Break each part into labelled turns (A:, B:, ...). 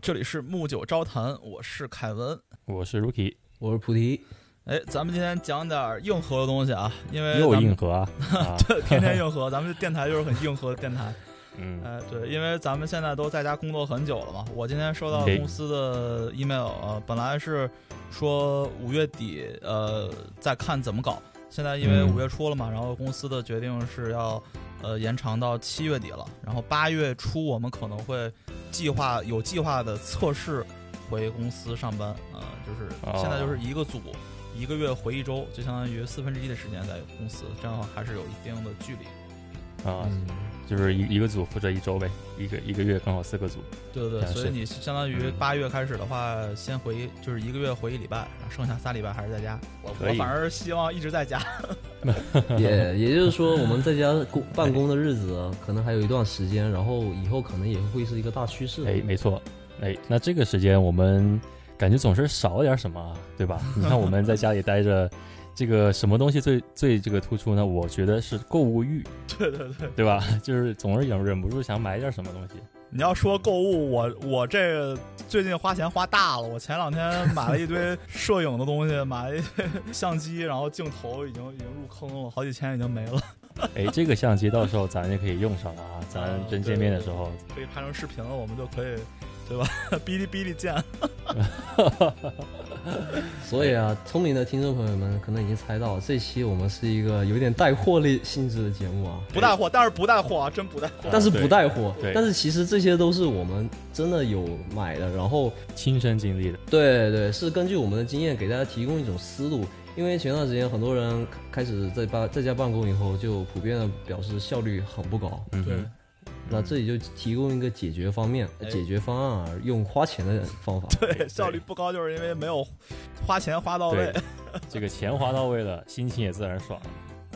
A: 这里是木九招谈，我是凯文。
B: 我是 Rookie，
C: 我是 菩提，
A: 哎，咱们今天讲点儿硬核的东西啊，因为
B: 又
A: 咱
B: 硬
A: 们
B: 核啊！ 啊
A: 天天硬核，咱们电台就是很硬核的电台。
B: 嗯，
A: 哎，对，因为咱们现在都在家工作很久了嘛。我今天收到
B: 对
A: 公司的 email，呃，本来是说五月底，呃，再看怎么搞。现在因为
B: 嗯
A: 五月初了嘛，然后公司的决定是要，呃，延长到七月底了。然后八月初我们可能会计划有计划的测试回公司上班，呃，就是
B: 哦
A: 现在就是一个组。一个月回一周，就相当于四分之一的时间在公司，这样的话还是有一定的距离。嗯
B: 啊，就是一一个组负责一周呗，一个一个月刚好四个组。
A: 对对，
B: 但
A: 所以
B: 是
A: 你相当于
B: 嗯
A: 八月开始的话，先回就是一个月回一礼拜，剩下仨礼拜还是在家。我
B: 可
A: 我
B: 以
A: 反而希望一直在家。
C: 也也就是说，我们在家工办公的日子啊可能还有一段时间，然后以后可能也会是一个大趋
A: 嗯
C: 势。
B: 哎，没错，哎，那这个时间我们感觉总是少了点什么啊，对吧？你看我们在家里待着，这个什么东西最最这个突出呢？我觉得是购物欲，
A: 对对对，
B: 对吧？ 就是总是忍忍不住想买点什么 东西。
A: 你要说购物，我我这个最近花钱花大了。我前两天买了一堆摄影的东西，买了一堆相机，然后镜头已经已经入坑了，好几千已经没了，
B: 哎，这个相机到时候咱也可以用上了啊，咱真见面的时候，
A: 可以拍成视频了，我们就可以。对吧？ 哔哩哔哩见，
C: 所以啊，聪明的听众朋友们可能已经猜到，这期我们是一个有点带货类性质的节目啊。
A: 不带货，但是不带货啊，真不带货。
C: 但是
B: 对
C: 不带货
B: 对，
C: 但是其实这些都是我们真的有买的，然后
B: 亲身经历的。
C: 对对，是根据我们的经验给大家提供一种思路。因为前段时间很多人开始在办在家办公以后，就普遍的表示效率很不高。
B: 嗯
A: 对
B: 哼，
C: 那这里就提供一个解决方面、
A: 哎
C: 解决方案啊，用花钱的方法。
A: 对，效率不高就是因为没有花钱花到位
B: 对。，这个钱花到位了，心情也自然爽了，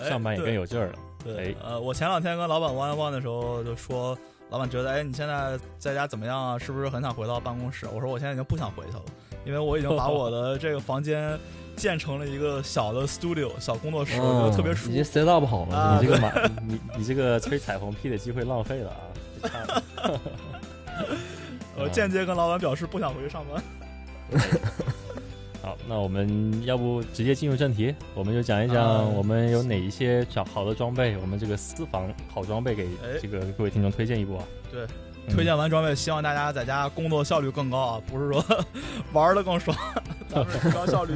A: 哎
B: 上班也
A: 对
B: 更有劲儿了。
A: 对
B: 哎，
A: 呃，我前两天跟老板 one on one 的时候就说，老板觉得，哎，你现在在家怎么样啊？是不是很想回到办公室？我说我现在已经不想回去了，因为我已经把我的这个房间建成了一个小的 studio 小工作室，
B: 哦
A: 我觉得特别舒
C: 啊已经
A: 服。
C: set up 好了。
A: 啊
B: 你这个马，你你这个吹彩虹屁的机会浪费了啊！这差了
A: 我呃间接跟老板表示不想回去上班。
B: 好，那我们要不直接进入正题，我们就讲一
A: 啊
B: 讲我们有哪一些找好的装备，我们这个私房好装备给
A: 哎
B: 这个各位听众推荐一部啊。
A: 对
B: 嗯，
A: 推荐完装备，希望大家在家工作效率更高啊，不是说 玩的更爽，咱们是高效 率。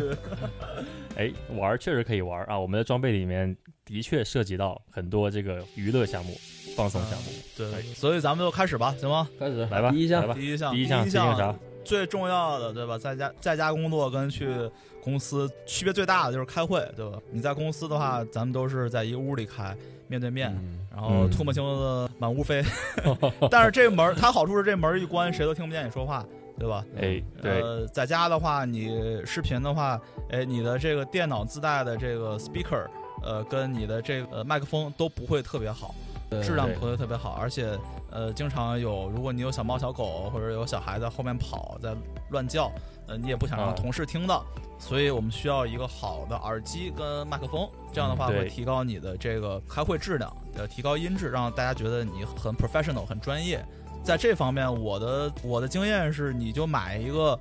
B: 哎，玩儿确实可以玩儿啊，我们的装备里面的确涉及到很多这个娱乐项目、放松项目。
A: 对，所以咱们就开始吧，行吗？
C: 开始
B: 来吧，
C: 第一项
B: 来吧。
A: 啊第一项，
B: 第一
A: 项，啊
B: 项，第一项啥？
A: 最重要的，对吧？在家在家工作跟去公司区别最大的就是开会，对吧？你在公司的话，咱们都是在一个屋里开，面对面，
C: 嗯
A: 然后
B: 嗯
A: 唾沫星子的满屋 飞。 但是这门儿它好处是这门儿一关，谁都听不见你说话，对吧？
B: 哎，对，
A: 呃，在家的话，你视频的话，哎，你的这个电脑自带的这个 speaker，呃，跟你的这个呃麦克风都不会特别好。
C: 对
A: 质量
B: 对
A: 不会特别好，而且呃，经常有，如果你有小猫小狗或者有小孩在后面跑在乱叫，呃，你也不想
B: 啊
A: 让同事听到，所以我们需要一个好的耳机跟麦克风，这样的话
B: 嗯对
A: 会提高你的这个开会质量，呃，提高音质，让大家觉得你很 professional 很专业。在这方面，我的我的经验是，你就买一个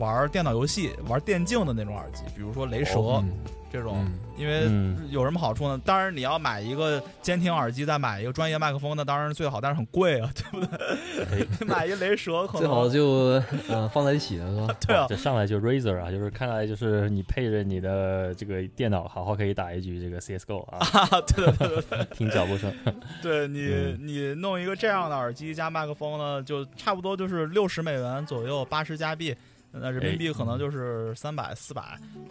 A: 玩电脑游戏、玩电竞的那种耳机，比如说雷蛇、
B: 哦
C: 嗯
A: 这种，
C: 嗯
A: 因为
B: 嗯
A: 有什么好处呢？当然你要买一个监听耳机，再买一个专业麦克风，那当然是最好，但是很贵啊，对不对？你买一雷蛇可
C: 最 好
A: 能
C: 就呃放在一起了，是吧？
A: 啊对啊，
B: 这上来就 Razer 啊，就是看来就是你配着你的这个电脑，好好可以打一局这个 CS:GO 啊，
A: 啊，对对对对，
B: 听脚步声。
A: 对你
B: 嗯
A: 你弄一个这样的耳机加麦克风呢，就差不多就是六十美元左右，八十加币。那人民币可能就是三百、四百，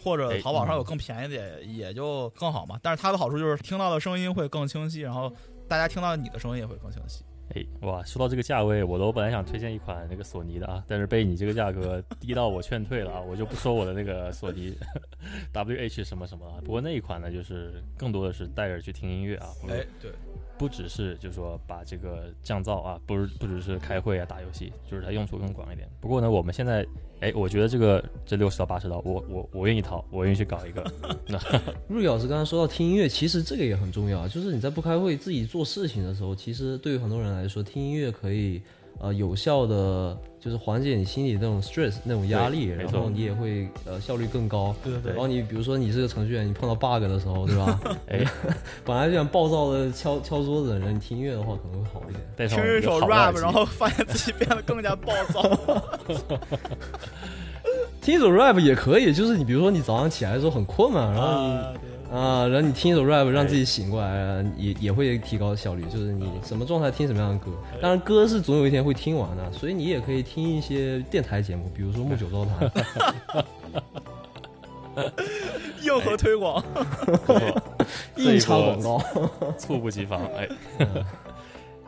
A: 或者
B: 哎
A: 淘宝上有更便宜的，也也就更好嘛。但是它的好处就是听到的声音会更清晰，然后大家听到你的声音也会更清晰。
B: 哎，哇，说到这个价位，我都本来想推荐一款那个索尼的啊，但是被你这个价格低到我劝退了啊，我就不说我的那个索尼 WH 什么什么了。不过那一款呢，就是更多的是带着去听音乐啊，不
A: 哎
B: 是，
A: 对，
B: 不只是就是说把这个降噪啊，不是不只是开会啊打游戏，就是它用处更广一点。不过呢，我们现在哎，我觉得这个这六十到八十刀，我我我愿意掏，我愿意去搞一个。
C: 瑞老师刚刚说到听音乐，其实这个也很重要，就是你在不开会自己做事情的时候，其实对于很多人来说，听音乐可以呃有效的就是缓解你心里那种 stress 那种压力，
B: 对没
C: 然
B: 错
C: 后你也会呃效率更高。
A: 对对
C: 然
A: 对
C: 后你比如说你是个程序员，你碰到 bug 的时候，对吧？
B: 哎，
C: 本来就想暴躁的敲敲桌子的人，你听音乐的话可能会好一点。
B: 带上
A: 听一首
B: 好的耳
A: rap，
B: 机
A: 然后发现自己变得更加暴躁。
C: 听一首 rap 也可以，就是你比如说你早上起来的时候很困嘛，
B: 嗯
C: 然后你
A: 啊，对
C: 啊，然后你听一首 rap 让自己醒过来，也也会提高效率。就是你什么状态听什么样的歌，当然歌是总有一天会听完的，所以你也可以听一些电台节目，比如说《木九高谈》。
A: 硬核推广，
B: 哎不错
C: 硬插广告。
B: 猝不及防， 哎。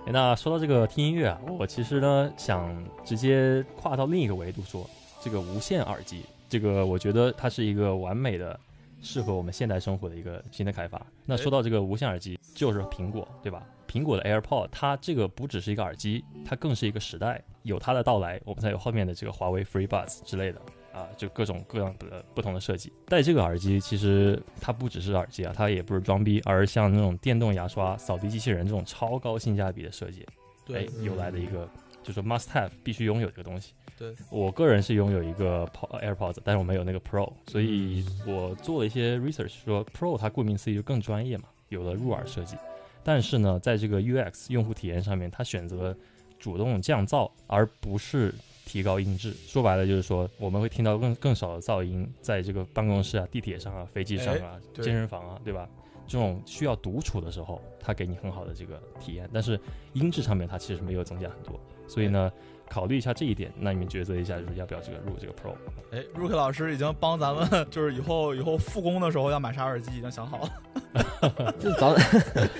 B: 哎那说到这个听音乐啊，我其实呢想直接跨到另一个维度说，这个无线耳机，这个我觉得它是一个完美的适合我们现代生活的一个新的开发。
A: 哎
B: 那说到这个无线耳机，就是苹果，对吧？苹果的 AirPod，它这个不只是一个耳机，它更是一个时代。有它的到来，我们才有后面的这个华为 FreeBuds 之类的。啊，就各种各样的不同的设计。戴这个耳机，其实它不只是耳机啊，它也不是装逼，而像那种电动牙刷、扫地机器人这种超高性价比的设计，哎，有来的一个就是 must have 必须拥有这个东西。
A: 对，
B: 我个人是拥有一个 Pod- AirPods，但是我没有那个 Pro，所以我做了一些 research，说 Pro 它顾名思义就更专业嘛，有了入耳设计。但是呢，在这个 UX 用户体验上面，它选择了主动降噪，而不是提高音质。说白了就是说，我们会听到更更少的噪音，在这个办公室啊、地铁上啊、飞机上啊、
A: 对
B: 健身房啊，对吧？这种需要独处的时候，它给你很好的这个体验，但是音质上面它其实没有增加很多。所以呢，考虑一下这一点，那你们抉择一下，就是要不要这个入这个 Pro？
A: 哎，Rookie 老师已经帮咱们，就是以后以后复工的时候要买啥耳机已经想好了，
C: 就咱。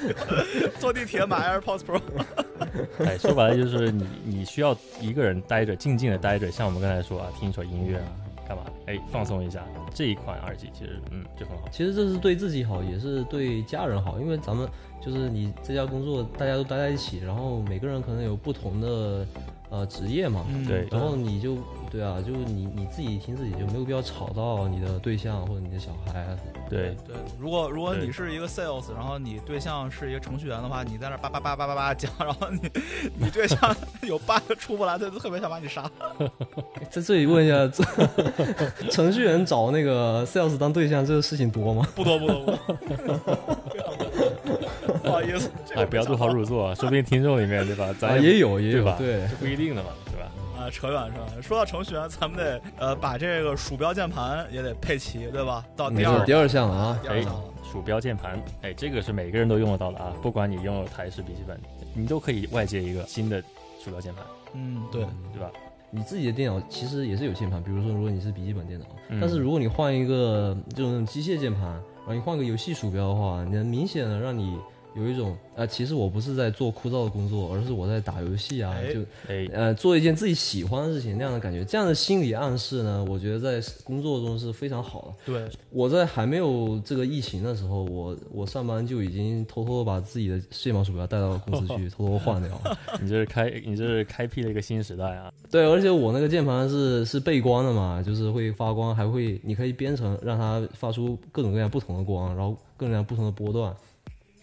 A: 坐地铁买 AirPods Pro。
B: 哎，说白了就是你你需要一个人待着，静静的待着，像我们刚才说啊，听一首音乐啊，干嘛？哎，放松一下。这一款耳机其实嗯就很好
C: 其实这是对自己好，也是对家人好，因为咱们就是你在家工作，大家都待在一起，然后每个人可能有不同的呃职业嘛，
A: 嗯
B: 对
C: 然后你就对啊，就你你自己听自己，就没有必要吵到你的对象或者你的小孩啊。
B: 对，
A: 对，如果如果
B: 对
A: 你是一个 sales，然后你对象是一个程序员的话，你在那叭叭叭叭叭叭讲，然后你你对 象有 bug 出不来，他就特别想把你杀。
C: 在这里问一下，这 程序员找那个 sales 当对象这个事情多吗？
A: 不多不多不 多，不好意思，这个
B: 哎，不要
A: 想
B: 对号入座，说不定听众里面对吧，
C: 啊，
B: 咱
C: 也有也
B: 对
C: 有
B: 吧，？
C: 对
B: 这不一定的嘛，对吧？
A: 啊，扯远了扯远了。说到程序员，咱们得呃把这个鼠标键盘也得配齐，对吧？到
C: 没
A: 第
C: 错，
A: 二
C: 第二项了啊，
A: 第二
B: 哎
A: 项了，，
B: 鼠标键盘，哎，这个是每个人都用得到的啊，不管你拥有台式笔记本，你都可以外接一个新的鼠标键盘，
A: 嗯，对，
B: 对吧？
C: 你自己的电脑其实也是有键盘，比如说如果你是笔记本电脑，
B: 嗯
C: 但是如果你换一个这种机械键盘，然后你换个游戏鼠标的话，能明显的让你有一种啊、呃其实我不是在做枯燥的工作，而是我在打游戏啊，
A: 哎
C: 就
B: 哎，
C: 呃做一件自己喜欢的事情那样的感觉。这样的心理暗示呢，我觉得在工作中是非常好的。
A: 对，
C: 我在还没有这个疫情的时候，我我上班就已经偷偷的把自己的键盘鼠标带到公司去偷偷换掉了。
B: 你这是开，你这是开辟了一个新时代啊！
C: 对，而且我那个键盘是是背光的嘛，就是会发光，还会你可以编程让它发出各种各样不同的光，然后各种各样不同的波段。
B: 哦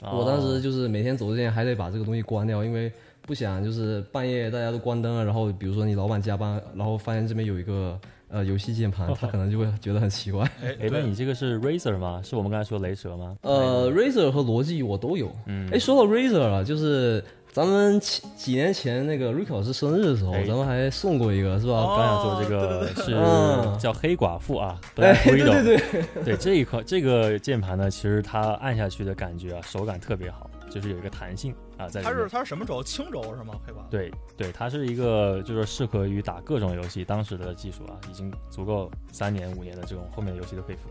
C: 我当时就是每天走之前还得把这个东西关掉，因为不想就是半夜大家都关灯了，啊然后比如说你老板加班，然后发现这边有一个呃游戏键盘，他可能就会觉得很 奇怪。
A: 哎，
B: 哎，那
A: 对，
B: 你这个是 Razer 吗？是我们刚才说雷蛇吗？
C: 呃，Razer 和罗技我都有。嗯，哎，说到 Razer 啊，就是咱们几几年前那个 Rico 老师生日的时候，
B: 哎哦
C: 咱们还送过一个是吧？
B: 我刚想说这个
C: 嗯
B: 是叫黑寡妇啊
C: 哎
B: ，Black Widow。
C: 对
B: 对这一款这个键盘呢，其实它按下去的感觉啊，手感特别好，就是有一个弹性啊，在里
A: 它
B: 面
A: 是它是什么轴？青轴是吗？黑吧？
B: 对对，它是一个就是适合于打各种游戏，当时的技术啊，已经足够三年五年的这种后面的游戏的恢复，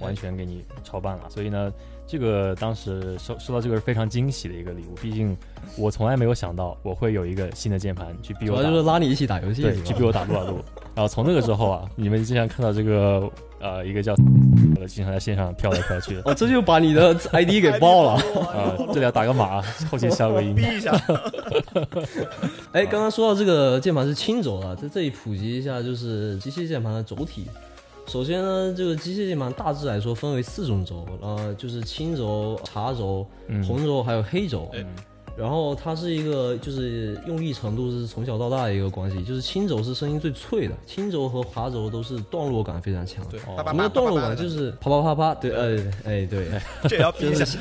B: 完全给你超办了。所以呢，这个当时收收到这个是非常惊喜的一个礼物，毕竟我从来没有想到我会有一个新的键盘去逼
C: 主
B: 我
C: 要
B: 打
C: 就是拉你一起打游戏，
B: 对，
C: 是吧
B: 去给我打撸啊 撸。然后从那个之后啊，你们经常看到这个呃一个叫的经常在线上飘来飘 去的
C: 哦，这就把你的 ID 给爆了。哦
B: 啊
A: 了，
B: 这里要打个码，后期消个音
A: 哎逼。 一下，啊
C: 哎，刚刚说到这个键盘是轻轴的，在这里普及一下，就是机械键盘的轴体。首先呢，这个机械键盘大致来说分为四种轴，呃，就是青轴、茶轴、红轴还有黑轴。
A: 嗯哎
C: 然后它是一个就是用力程度是从小到大的一个关系，就是青轴是声音最脆的，青轴和滑轴都是段落感非常强。
A: 对，
B: 哦
A: 叭叭
C: 什
A: 叭
C: 么段落
A: 叭叭
C: 感
A: 的
C: 就是啪啪啪啪，对，哎哎对，
A: 这也要比一下，
B: 兴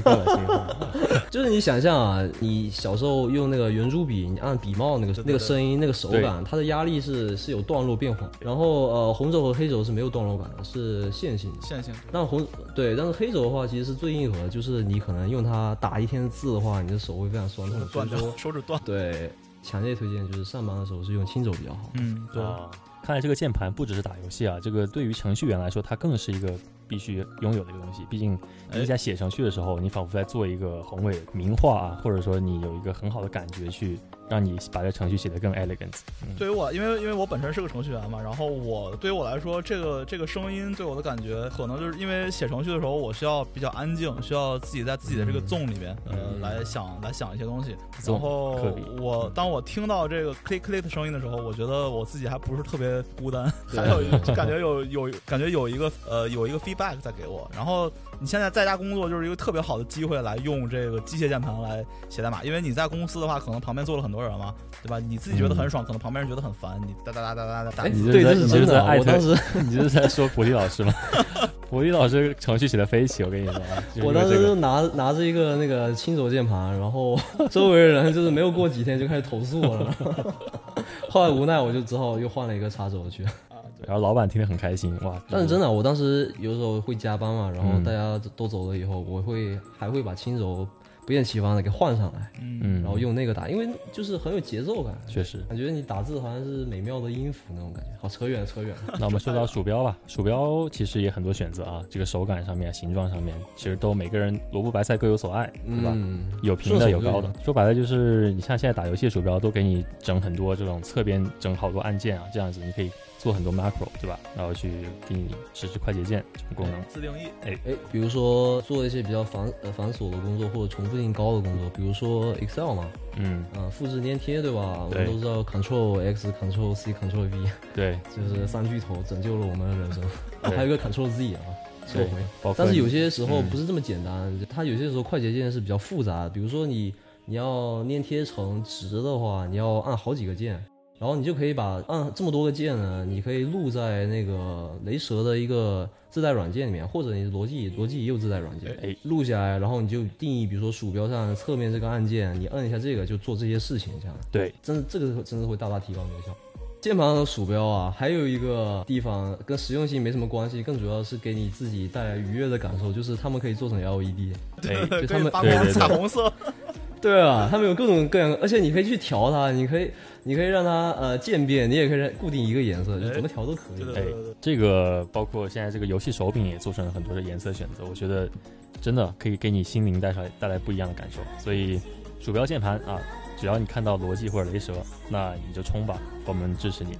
B: 奋了，兴奋 了。
C: 就是你想象啊，你小时候用那个圆珠笔，你按笔帽那个
A: 对对
C: 那个声音、那个手感
B: 对，
C: 它的压力是是有段落变化。然后呃，红轴和黑轴是没有段落感的，是线性的。
A: 线性
C: 但红对，但是黑轴的话其实是最硬核的，就是你可能用它打一天的字的话，你的手会非常酸痛。所
A: 断
C: 以
A: 掉
C: 说，，
A: 手指断。
C: 对，强烈推荐就是上班的时候是用青轴比较好。
A: 嗯，对，
B: 啊，看来这个键盘不只是打游戏啊，这个对于程序员来说，它更是一个必须拥有的一个东西。毕竟
A: 哎
B: 你在写程序的时候，你仿佛在做一个宏伟名画啊，或者说你有一个很好的感觉，去让你把这程序写得更 elegant。
A: 对于我，因为因为我本身是个程序员嘛，然后我对于我来说，这个这个声音对我的感觉，可能就是因为写程序的时候，我需要比较安静，需要自己在自己的这个
B: 嗯
A: zone 里面，呃，
C: 嗯
A: 来想来想一些东西。
B: Zone，
A: 然后
B: 克里
A: 我
B: 嗯
A: 当我听到这个 click click 的声音的时候，我觉得我自己还不是特别孤单，
C: 对
A: 还有一就感觉有有感觉有一个呃有一个 feedback 在给我。然后你现在在家工作就是一个特别好的机会来用这个机械键盘来写代码，因为你在公司的话，可能旁边坐了很多人嘛，对吧？你自己觉得很爽，可能旁边人觉得很烦，你哒哒哒哒哒哒哒。
C: 哎，
B: 你这
C: 对，
B: 是在
C: 这是
B: 你这是
C: 真的
B: 在
C: 啊。
B: 艾
C: 我
B: 特
C: 当时
B: 你这是在说普利老师吗？ 普利老师程序写的飞起，我跟你说啊，就是
C: 我
B: 因为
C: 当时
B: 这
C: 就
B: 个
C: 拿拿着一个那个轻手键盘，然后 周围的人就是没有过几天就开始投诉我了。 后来无奈，我就只好又换了一个插轴去。
B: 嗯然后老板听得很开心哇，
C: 但是
B: 就
C: 真的，我当时有时候会加班嘛，然后
B: 嗯
C: 大家都走了以后，我会还会把轻柔不厌其烦的给换上来，
B: 嗯，
C: 然后用那个打，因为就是很有节奏感，
B: 确 实。
C: 感觉你打字好像是美妙的音符那种感觉。好，扯远了，扯远了。
B: 那我们说到鼠标吧，鼠标其实也很多选择啊，这个手感上面、形状上面，其实都每个人萝卜白菜各有所爱，对吧？
C: 嗯，
B: 有平的，
C: 顺手
B: 有高
C: 就
B: 的。说白了就是，你像现在打游戏的鼠标都给你整很多这种侧边整好多按键啊，这样子你可以做很多 macro，对吧？然后去给你实施快捷键这种功能。
A: 嗯自定义，
C: 哎，比如说做一些比较繁呃繁琐的工作或者重复性高的工作，比如说 Excel 嘛，
B: 嗯，
C: 嗯、复制粘贴对吧？我
B: 对
C: 们都知道 Control X、Control C、Control V，
B: 对，
C: 就是三巨头拯救了我们的人生。
B: 对
C: 还有一个 Control Z 啊，收
B: 对
C: 回。
B: 包括
C: 但是有
B: 你
C: 些时候
B: 嗯
C: 不是这么简单，它有些时候快捷键是比较复杂的，比如说你你要粘贴成直的话，你要按好几个键，然后你就可以把按这么多个键呢，你可以录在那个雷蛇的一个自带软件里面，或者你逻辑逻辑也有自带软件，
B: 哎
C: 录下来，然后你就定义，比如说鼠标上侧面这个按键，你摁一下这个就做这些事情，这样。
B: 对
C: 真的这个真的会大大提高你的效率。键盘和鼠标啊，还有一个地方跟实用性没什么关系，更主要是给你自己带来愉悦的感受，就是它们可以做成 LED。
B: 对
A: 对，
C: 他
A: 可以
C: 们
A: 发
B: 对对
A: 光
B: 对
A: 彩虹色，
C: 对啊，它们有各种各样的，而且你可以去调它，你可以你可以让它呃渐变，你也可以让固定一个颜色，就怎么调都可以
A: 对。对
B: 哎
A: 对对对，
B: 这个包括现在这个游戏手柄也做成了很多的颜色选择，我觉得真的可以给你心灵带来带来不一样的感受。所以鼠标键盘啊，只要你看到逻辑或者雷蛇，那你就冲吧，我们支持你。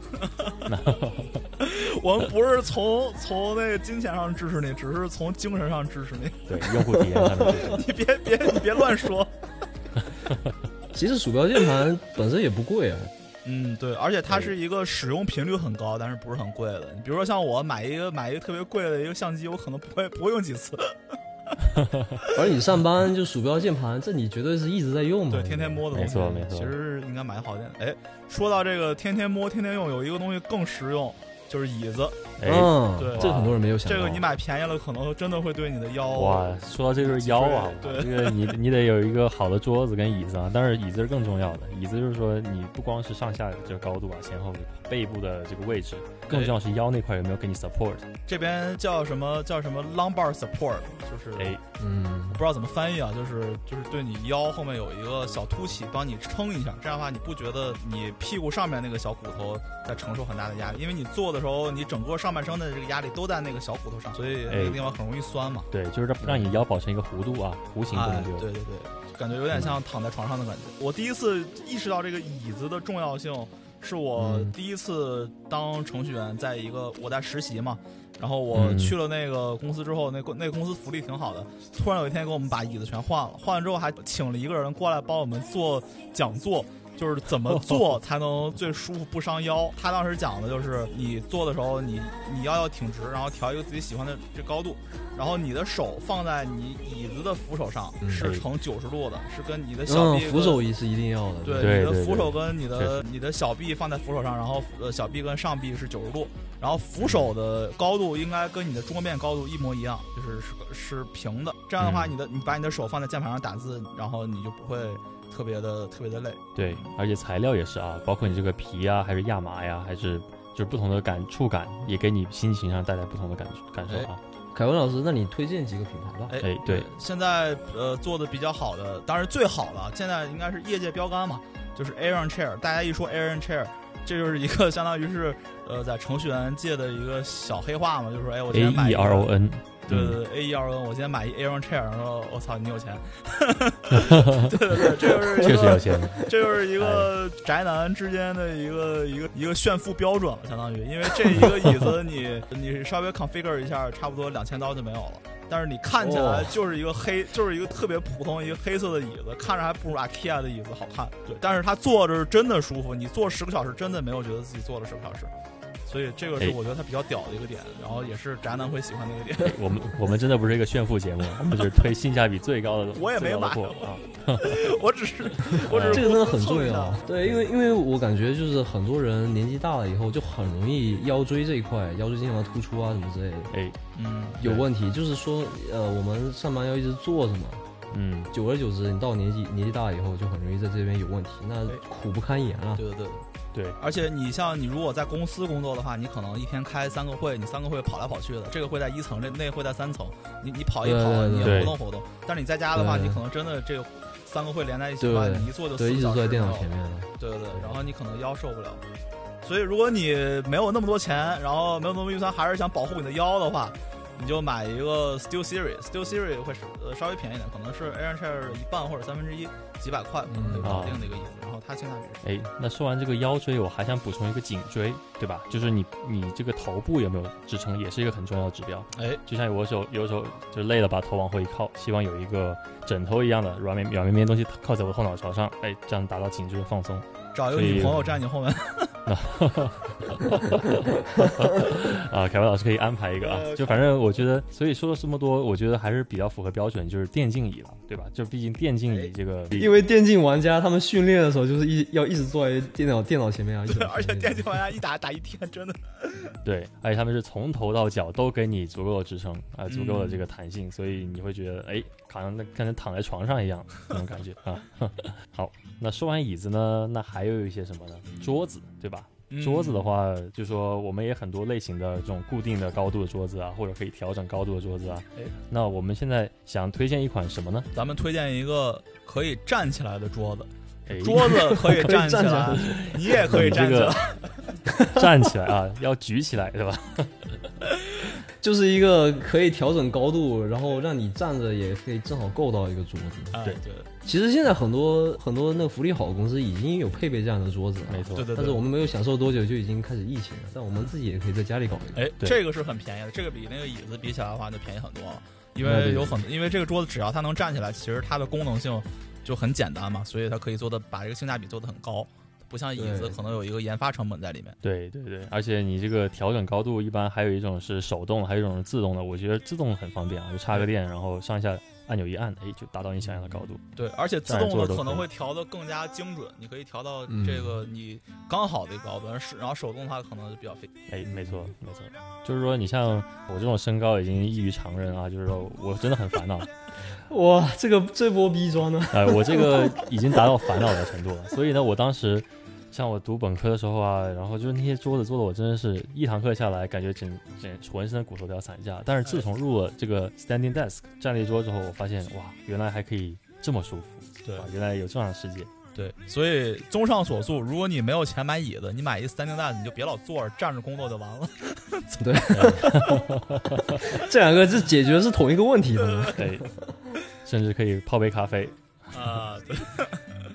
A: 我们不是从从那个金钱上支持你，只是从精神上支持你。
B: 对用户体验上面就是
A: 你别别你别乱说。
C: 其实鼠标键盘本身也不贵啊，
A: 嗯，对，而且它
B: 对
A: 是一个使用频率很高，但是不是很贵的。你比如说像我买一个买一个特别贵的一个相机，我可能不会不会用几次，
C: 而你上班就鼠标键盘，这你绝对是一直在用嘛。
A: 对，天天摸的
B: 没
A: 东西。
B: 错没错
A: 其。实应该买好点。哎，说到这个天天摸天天用，有一个东西更实用，就是椅子。
B: 哎，
C: 嗯，
A: 对
C: 这个很多人没有想到。
A: 这个你买便宜了，可能真的会对你的腰
B: 哇，说到这就是腰啊，
A: 哦对
B: 哇这个你你得有一个好的桌子跟椅子啊，当然椅子是更重要的。椅子就是说你不光是上下这个高度啊，前后背部的这个位置，更重要是腰那块有没有给你 support。
A: 这边叫什么叫什么 lumbar support，就是
B: 哎，
C: 嗯
A: 不，知道怎么翻译啊，就是就是对你腰后面有一个小凸起，帮你撑一下，这样的话你不觉得你屁股上面那个小骨头在承受很大的压力，因为你坐的时候，你整个上半身的这个压力都在那个小骨头上，所以那个地方很容易酸嘛。
B: 对，就是让让你腰保持一个弧度啊，弧形不嗯
A: 哎
B: 能，溜。
A: 对对对，感觉有点像躺在床上的感觉。我第一次意识到这个椅子的重要性，是我
C: 嗯
A: 第一次当程序员，在一个我在实习嘛，然后我
B: 嗯
A: 去了那个公司之后，那公那个公司福利挺好的，突然有一天给我们把椅子全换了，换了之后还请了一个人过来帮我们做讲座。就是怎么做 才能最舒服不伤腰。他当时讲的就是你做的时候你，你腰要挺直，然后调一个自己喜欢的这高度，然后你的手放在你椅子的扶手上、
B: 嗯
A: 是呈九十度的，是跟你的小
C: 嗯，
A: 臂、
C: 扶手椅是一定要的。
A: 对
B: 对
A: 你的
B: 对
A: 扶手
B: 对
A: 跟你
B: 确
A: 的
B: 实
A: 你的小臂放在扶手上，然后呃小臂跟上臂是九十度，然后扶手的高度应该跟你的桌面高度一模一样，就是是是平的。这样的话，
B: 嗯
A: 你的你把你的手放在键盘上打字，然后你就不会特别的特别的累。
B: 对，而且材料也是啊，包括你这个皮啊，还是亚麻呀，还是就是不同的感触感，也给你心情上带来不同的感感受啊。
C: 凯文老师，那你推荐几个品牌吧？
A: 哎
B: 哎，对，
A: 现在呃做的比较好的，当然最好的，现在应该是业界标杆嘛，就是 Aaron Chair。大家一说 Aaron Chair，这就是一个相当于是呃在程序员界的一个小黑话嘛，就是说哎我今
B: A
A: 天买
B: E
A: 一个
B: R O N，
A: 对
B: 嗯
A: 对对，A E R N，我今天买一 Aaron Chair，然后我操，你有钱， 对对对，这就是
B: 确
A: 一
B: 实有
A: 个
B: 钱，
A: 这就是一个
C: 哎
A: 宅男之间的一个一个一个炫富标准了，相当于，因为这一个椅 子你你稍微 configure 一下，差不多两千刀就没有了。但是你看起来
C: 哦
A: 就是一个黑，就是一个特别普通一个黑色的椅子，看着还不如 IKEA 的椅子好看。对，但是它坐着是真的舒服，你坐十个小时真的没有觉得自己坐了十个小时，所以这个是
B: 哎
A: 我觉得它比较屌的一个点，然后也是宅男会喜欢的一个点。
B: 哎我们我们真的不是一个炫富节目，我们就是推性价比最高的，
A: 我也没
B: 最高的
A: 买
B: 货啊。
A: 我只是，我只是
C: 这个真的很
A: 蹭
C: 重
A: 一下
C: 要。对，因为因为我感觉就是很多人年纪大了以后，就很容易腰椎这一块、腰椎间盘突出啊什么之类的
B: 哎，
A: 嗯，
C: 有问题。就是说，呃，我们上班要一直坐着嘛，
B: 嗯，
C: 久而久之，你到年纪年纪大了以后，就很容易在这边有问题，那
A: 对
C: 苦不堪言啊。
A: 对对对。
B: 对，
A: 而且你像你如果在公司工作的话，你可能一天开三个会，你三个会跑来跑去的，这个会在一层，那那个会在三层，你你跑一跑，
C: 对对对
A: 你也
B: 对
A: 活动活动。但是你在家的话，
C: 对
A: 你可能真的这个三个会连在一起的话，
C: 对
A: 你一坐就
C: 对，
A: 四
C: 一
A: 个
C: 直
A: 小
C: 坐
A: 时
C: 在电
A: 没
C: 脑
A: 有
C: 前面啊的。
A: 对对对，然后你可能腰受不了。所以如果你没有那么多钱，然后没有那么多预算，还是想保护你的腰的话，你就买一个 Steel Series，Steel Series 会呃稍微便宜一点，可能是 Aaron Chair 的一半或者三分之一，几百块可能可以
C: 嗯
A: 搞
B: 啊
A: 定的一个椅子。然后它性价比是
B: 哎，那说完这个腰椎，我还想补充一个颈椎，对吧？就是你你这个头部有没有支撑，也是一个很重要的指标。
A: 哎，
B: 就像有时候有时候就累了，把头往后一靠，希望有一个枕头一样的软绵软绵绵的东西靠在我后脑勺上，哎，这样达到颈椎的放松。
A: 找一个
B: 所以
A: 女朋友站你后面。
B: 啊，凯文老师可以安排一个啊
A: 呃，
B: 就反正我觉得，所以说了这么多，我觉得还是比较符合标准，就是电竞椅了，对吧？就毕竟电竞椅这个，
C: 哎因为电竞玩家他们训练的时候，就是一要一直坐在电脑电脑前面啊。一直
A: 对，
C: 坐在
A: 而且
C: 前面
A: 电竞玩家一打打一天，真的。
B: 对，而且他们是从头到脚都给你足够的支撑啊、足够的
A: 嗯
B: 这个弹性，所以你会觉得，哎，好像那跟人躺在床上一样那种感觉啊。 好，那说完椅子呢，那还有一些什么呢？桌子，对吧？
A: 嗯
B: 桌子的话，就说我们也很多类型的这种固定的高度的桌子啊，或者可以调整高度的桌子啊
A: 哎。
B: 那我们现在想推荐一款什么呢？
A: 咱们推荐一个可以站起来的桌子，
B: 哎，
A: 桌子 可以站起
C: 可以站
A: 来，你也可以站起来。
B: 站起来啊，要举起来，对吧？
C: 就是一个可以调整高度，然后让你站着也可以正好够到一个桌子。
A: 哎
B: 对
A: 对
C: 其实现在很多很多那个福利好的公司已经有配备这样的桌子了，啊
B: 没错，
A: 对对对，
C: 但是我们没有享受多久就已经开始疫情了，但我们自己也可以在家里搞一个。
A: 哎，
B: 对
A: 这个是很便宜的，这个比那个椅子比起来的话就便宜很多了，因
C: 那
A: 为
C: 对
A: 有很因为这个桌子只要它能站起来，其实它的功能性就很简单嘛，所以它可以做的把这个性价比做的很高，不像椅子
C: 对
A: 可能有一个研发成本在里面。
B: 对对对，而且你这个调整高度，一般还有一种是手动，还有一种是自动的。我觉得自动很方便啊，就插个电，然后上下按钮一按，哎，就达到你想要的高度。
A: 对，而且自
B: 站着
A: 动
B: 坐着
A: 的
B: 都
A: 可能
B: 可
A: 会
B: 以
A: 调的更加精准，你可以调到
C: 嗯
A: 这个你刚好的一个高度，然后是然后手动它可能就比较费。
B: 哎，没错没错，就是说你像我这种身高已经异于常人啊，就是说我真的很烦恼。
C: 哇，这个这波逼装呢，
B: 哎，我这个已经达到烦恼的程度了。所以呢，我当时像我读本科的时候啊，然后就是那些桌子做的，我真的是一堂课下来，感觉整整浑身的骨头都要散架。但是自从入了这个 standing desk 站立桌之后，我发现哇，原来还可以这么舒服
A: 对
B: 啊！原来有这样的世界。
A: 对，所以综上所述，如果你没有钱买椅子，你买一三丁蛋，你就别老坐着站着工作就完了。
C: 这两个是解决的是同一个问题 的。
B: 对，甚至可以泡杯咖啡，
A: 啊、 对，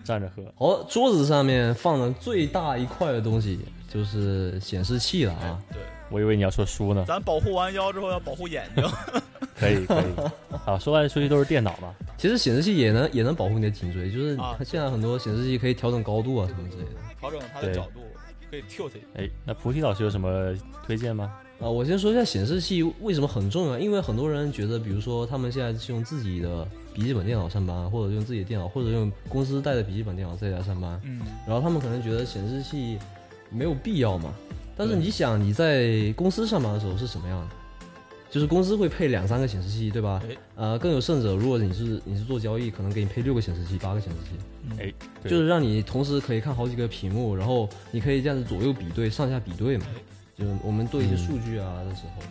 B: 站着喝。
C: 好，桌子上面放的最大一块的东西就是显示器了啊。
A: 对，
B: 我以为你要说书呢。
A: 咱保护完腰之后要保护眼睛。
B: 可以可以。啊，说来说去都是电脑嘛，
C: 其实显示器也能也能保护你的颈椎，就是
A: 啊
C: 它现在很多显示器可以调整高度啊什么之类的。
A: 调整它的
B: 对
A: 角度，可以 tilt 一下。
B: 哎，那菩提老师有什么推荐吗？
C: 啊，我先说一下显示器为什么很重要，因为很多人觉得，比如说他们现在是用自己的笔记本电脑上班，或者用自己的电脑，或者用公司带的笔记本电脑在家上班，
A: 嗯，
C: 然后他们可能觉得显示器没有必要嘛。但是你想，你在公司上班的时候是什么样的？就是公司会配两三个显示器，对吧
A: 哎？
C: 呃，更有甚者，如果你是你是做交易，可能给你配六个显示器、八个显示器，
B: 哎，对
C: 就是让你同时可以看好几个屏幕，然后你可以这样子左右比对、上下比对嘛。就是我们对一些数据啊的时候，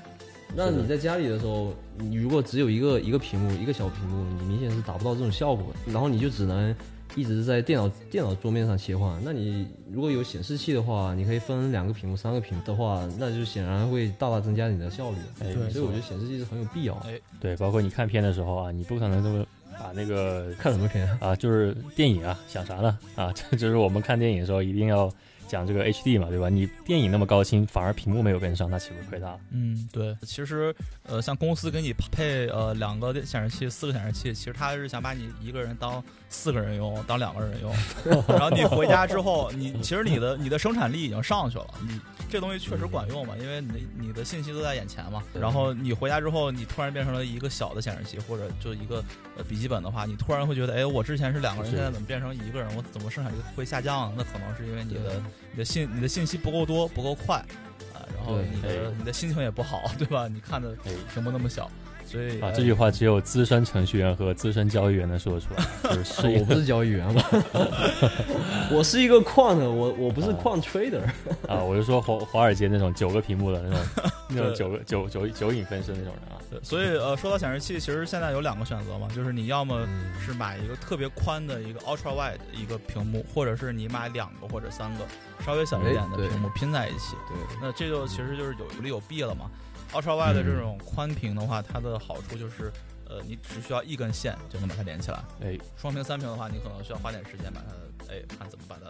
C: 那你在家里的时候，你如果只有一个一个屏幕、一个小屏幕，你明显是达不到这种效果，然后你就只能一直在电脑电脑桌面上切换。那你如果有显示器的话，你可以分两个屏幕、三个屏幕的话，那就显然会大大增加你的效率。
B: 哎，
A: 对
B: 没
C: 所以我
B: 错
C: 觉得显示器是很有必要的。
B: 对，包括你看片的时候啊，你不可能这么把那个
C: 看什么片啊？
B: 啊，就是电影啊，想啥呢？啊， 这就是我们看电影的时候一定要讲这个 HD 嘛，对吧？你电影那么高清，反而屏幕没有跟上，那岂不是亏大了？
A: 嗯，对，其实呃，像公司给你配呃两个显示器、四个显示器，其实他是想把你一个人当四个人用，当两个人用。然后你回家之后，你其实你的你的生产力已经上去了，你这东西确实管用嘛，因为你你的信息都在眼前嘛。然后你回家之后，你突然变成了一个小的显示器，或者就一个呃笔记本的话，你突然会觉得，哎，我之前是两个人，
B: 是
A: 现在怎么变成一个人？我怎么生产力会下降呢？那可能是因为你
C: 对
A: 的你的信你的信息不够多，不够快。啊，然后
C: 对
A: 你的
B: 哎
A: 你的心情也不好， 对吧？你看的
B: 哎
A: 屏幕那么小，所以哎
B: 啊，这句话只有资深程序员和资深交易员能说得出来，就是适
C: 我
A: 哦
B: 应
C: 不是交易员嘛， 我是一个矿的，我我不是矿 trader。
B: 啊，我是说华华尔街那种九个屏幕的 那种那种
A: 对
B: 九个九九九影分身那种人啊，
A: 呃所以呃，说到显示器，其实现在有两个选择嘛，就是你要么
C: 嗯
A: 是买一个特别宽的一个 ultra wide 的一个屏幕，或者是你买两个或者三个稍微小一点的
C: 哎对
A: 屏幕拼在一起。
C: 对，
A: 那这就其实就是有利有弊了嘛。Ultra Wide 的这种宽屏的话，它的好处就是，呃，你只需要一根线就能把它连起来。
B: 哎，
A: 双屏、三屏的话，你可能需要花点时间把它，哎，看怎么把它，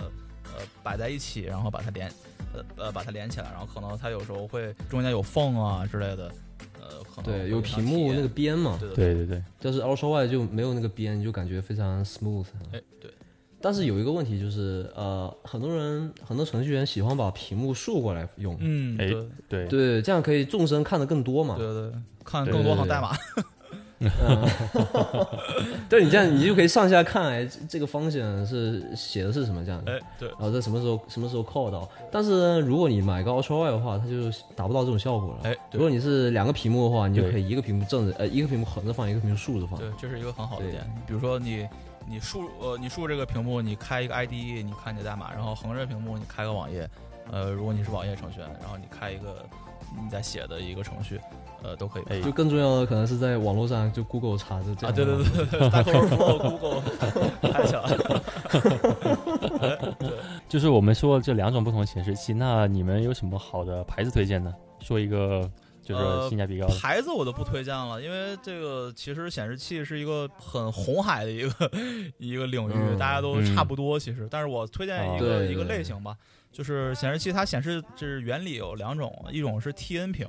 A: 呃，摆在一起，然后把它连，呃呃，把它连起来，然后可能它有时候会中间有缝啊之类的，呃，可能
C: 对，
A: 会
C: 有
A: 让
C: 屏
A: 体
C: 幕
A: 验
C: 那个，边嘛，
A: 对对
B: 对对对，
C: 但是 Ultra Wide 就没有那个边，就感觉非常 smooth。
A: 对，哎对，
C: 但是有一个问题就是，呃，很多人很多程序员喜欢把屏幕竖过来用，
A: 嗯，
B: 哎
A: 对
B: 对
C: 对，这样可以纵深看得更多嘛。
A: 对对，看
B: 对
A: 更多
C: 对
A: 行
C: 对
A: 代码，
C: 对你这样你就可以上下看，哎，这这个方向是写的是什么这样的。
A: 哎对，
C: 然后在什么时候什么时候 call 到？但是呢，如果你买个 Ultra Wide 的话，它就达不到这种效果了。
A: 哎
C: 如果
A: 对
C: 你是两个屏幕的话，你就
B: 对
C: 可以一个屏幕正着，呃，一个屏幕横着放，一个屏幕竖着放。
A: 对，这是一个很好的
C: 对
A: 点。比如说你你竖呃你竖这个屏幕，你开一个 IDE，你看你的代码，然后横着屏幕你开个网页，呃，如果你是网页程序员，然后你开一个你在写的一个程序，呃，都可以看。
B: 哎
C: 就更重要的可能是在网络上就 Google 查着这
A: 啊，
C: 样。
A: 对对 对对，Stack Overflow、Google 开起来了。
B: 就是我们说了这两种不同的显示器，那你们有什么好的牌子推荐呢？说一个就是
A: 呃
B: 性价比高的，
A: 牌子我就不推荐了，因为这个其实显示器是一个很红海的一个一个领域，
C: 嗯
A: 大家都差不多其实。但是我推荐一
C: 啊
A: 个、
C: 对
A: 一个
C: 对
A: 类型吧，就是显示器它显示就是原理有两种，一种是 TN 屏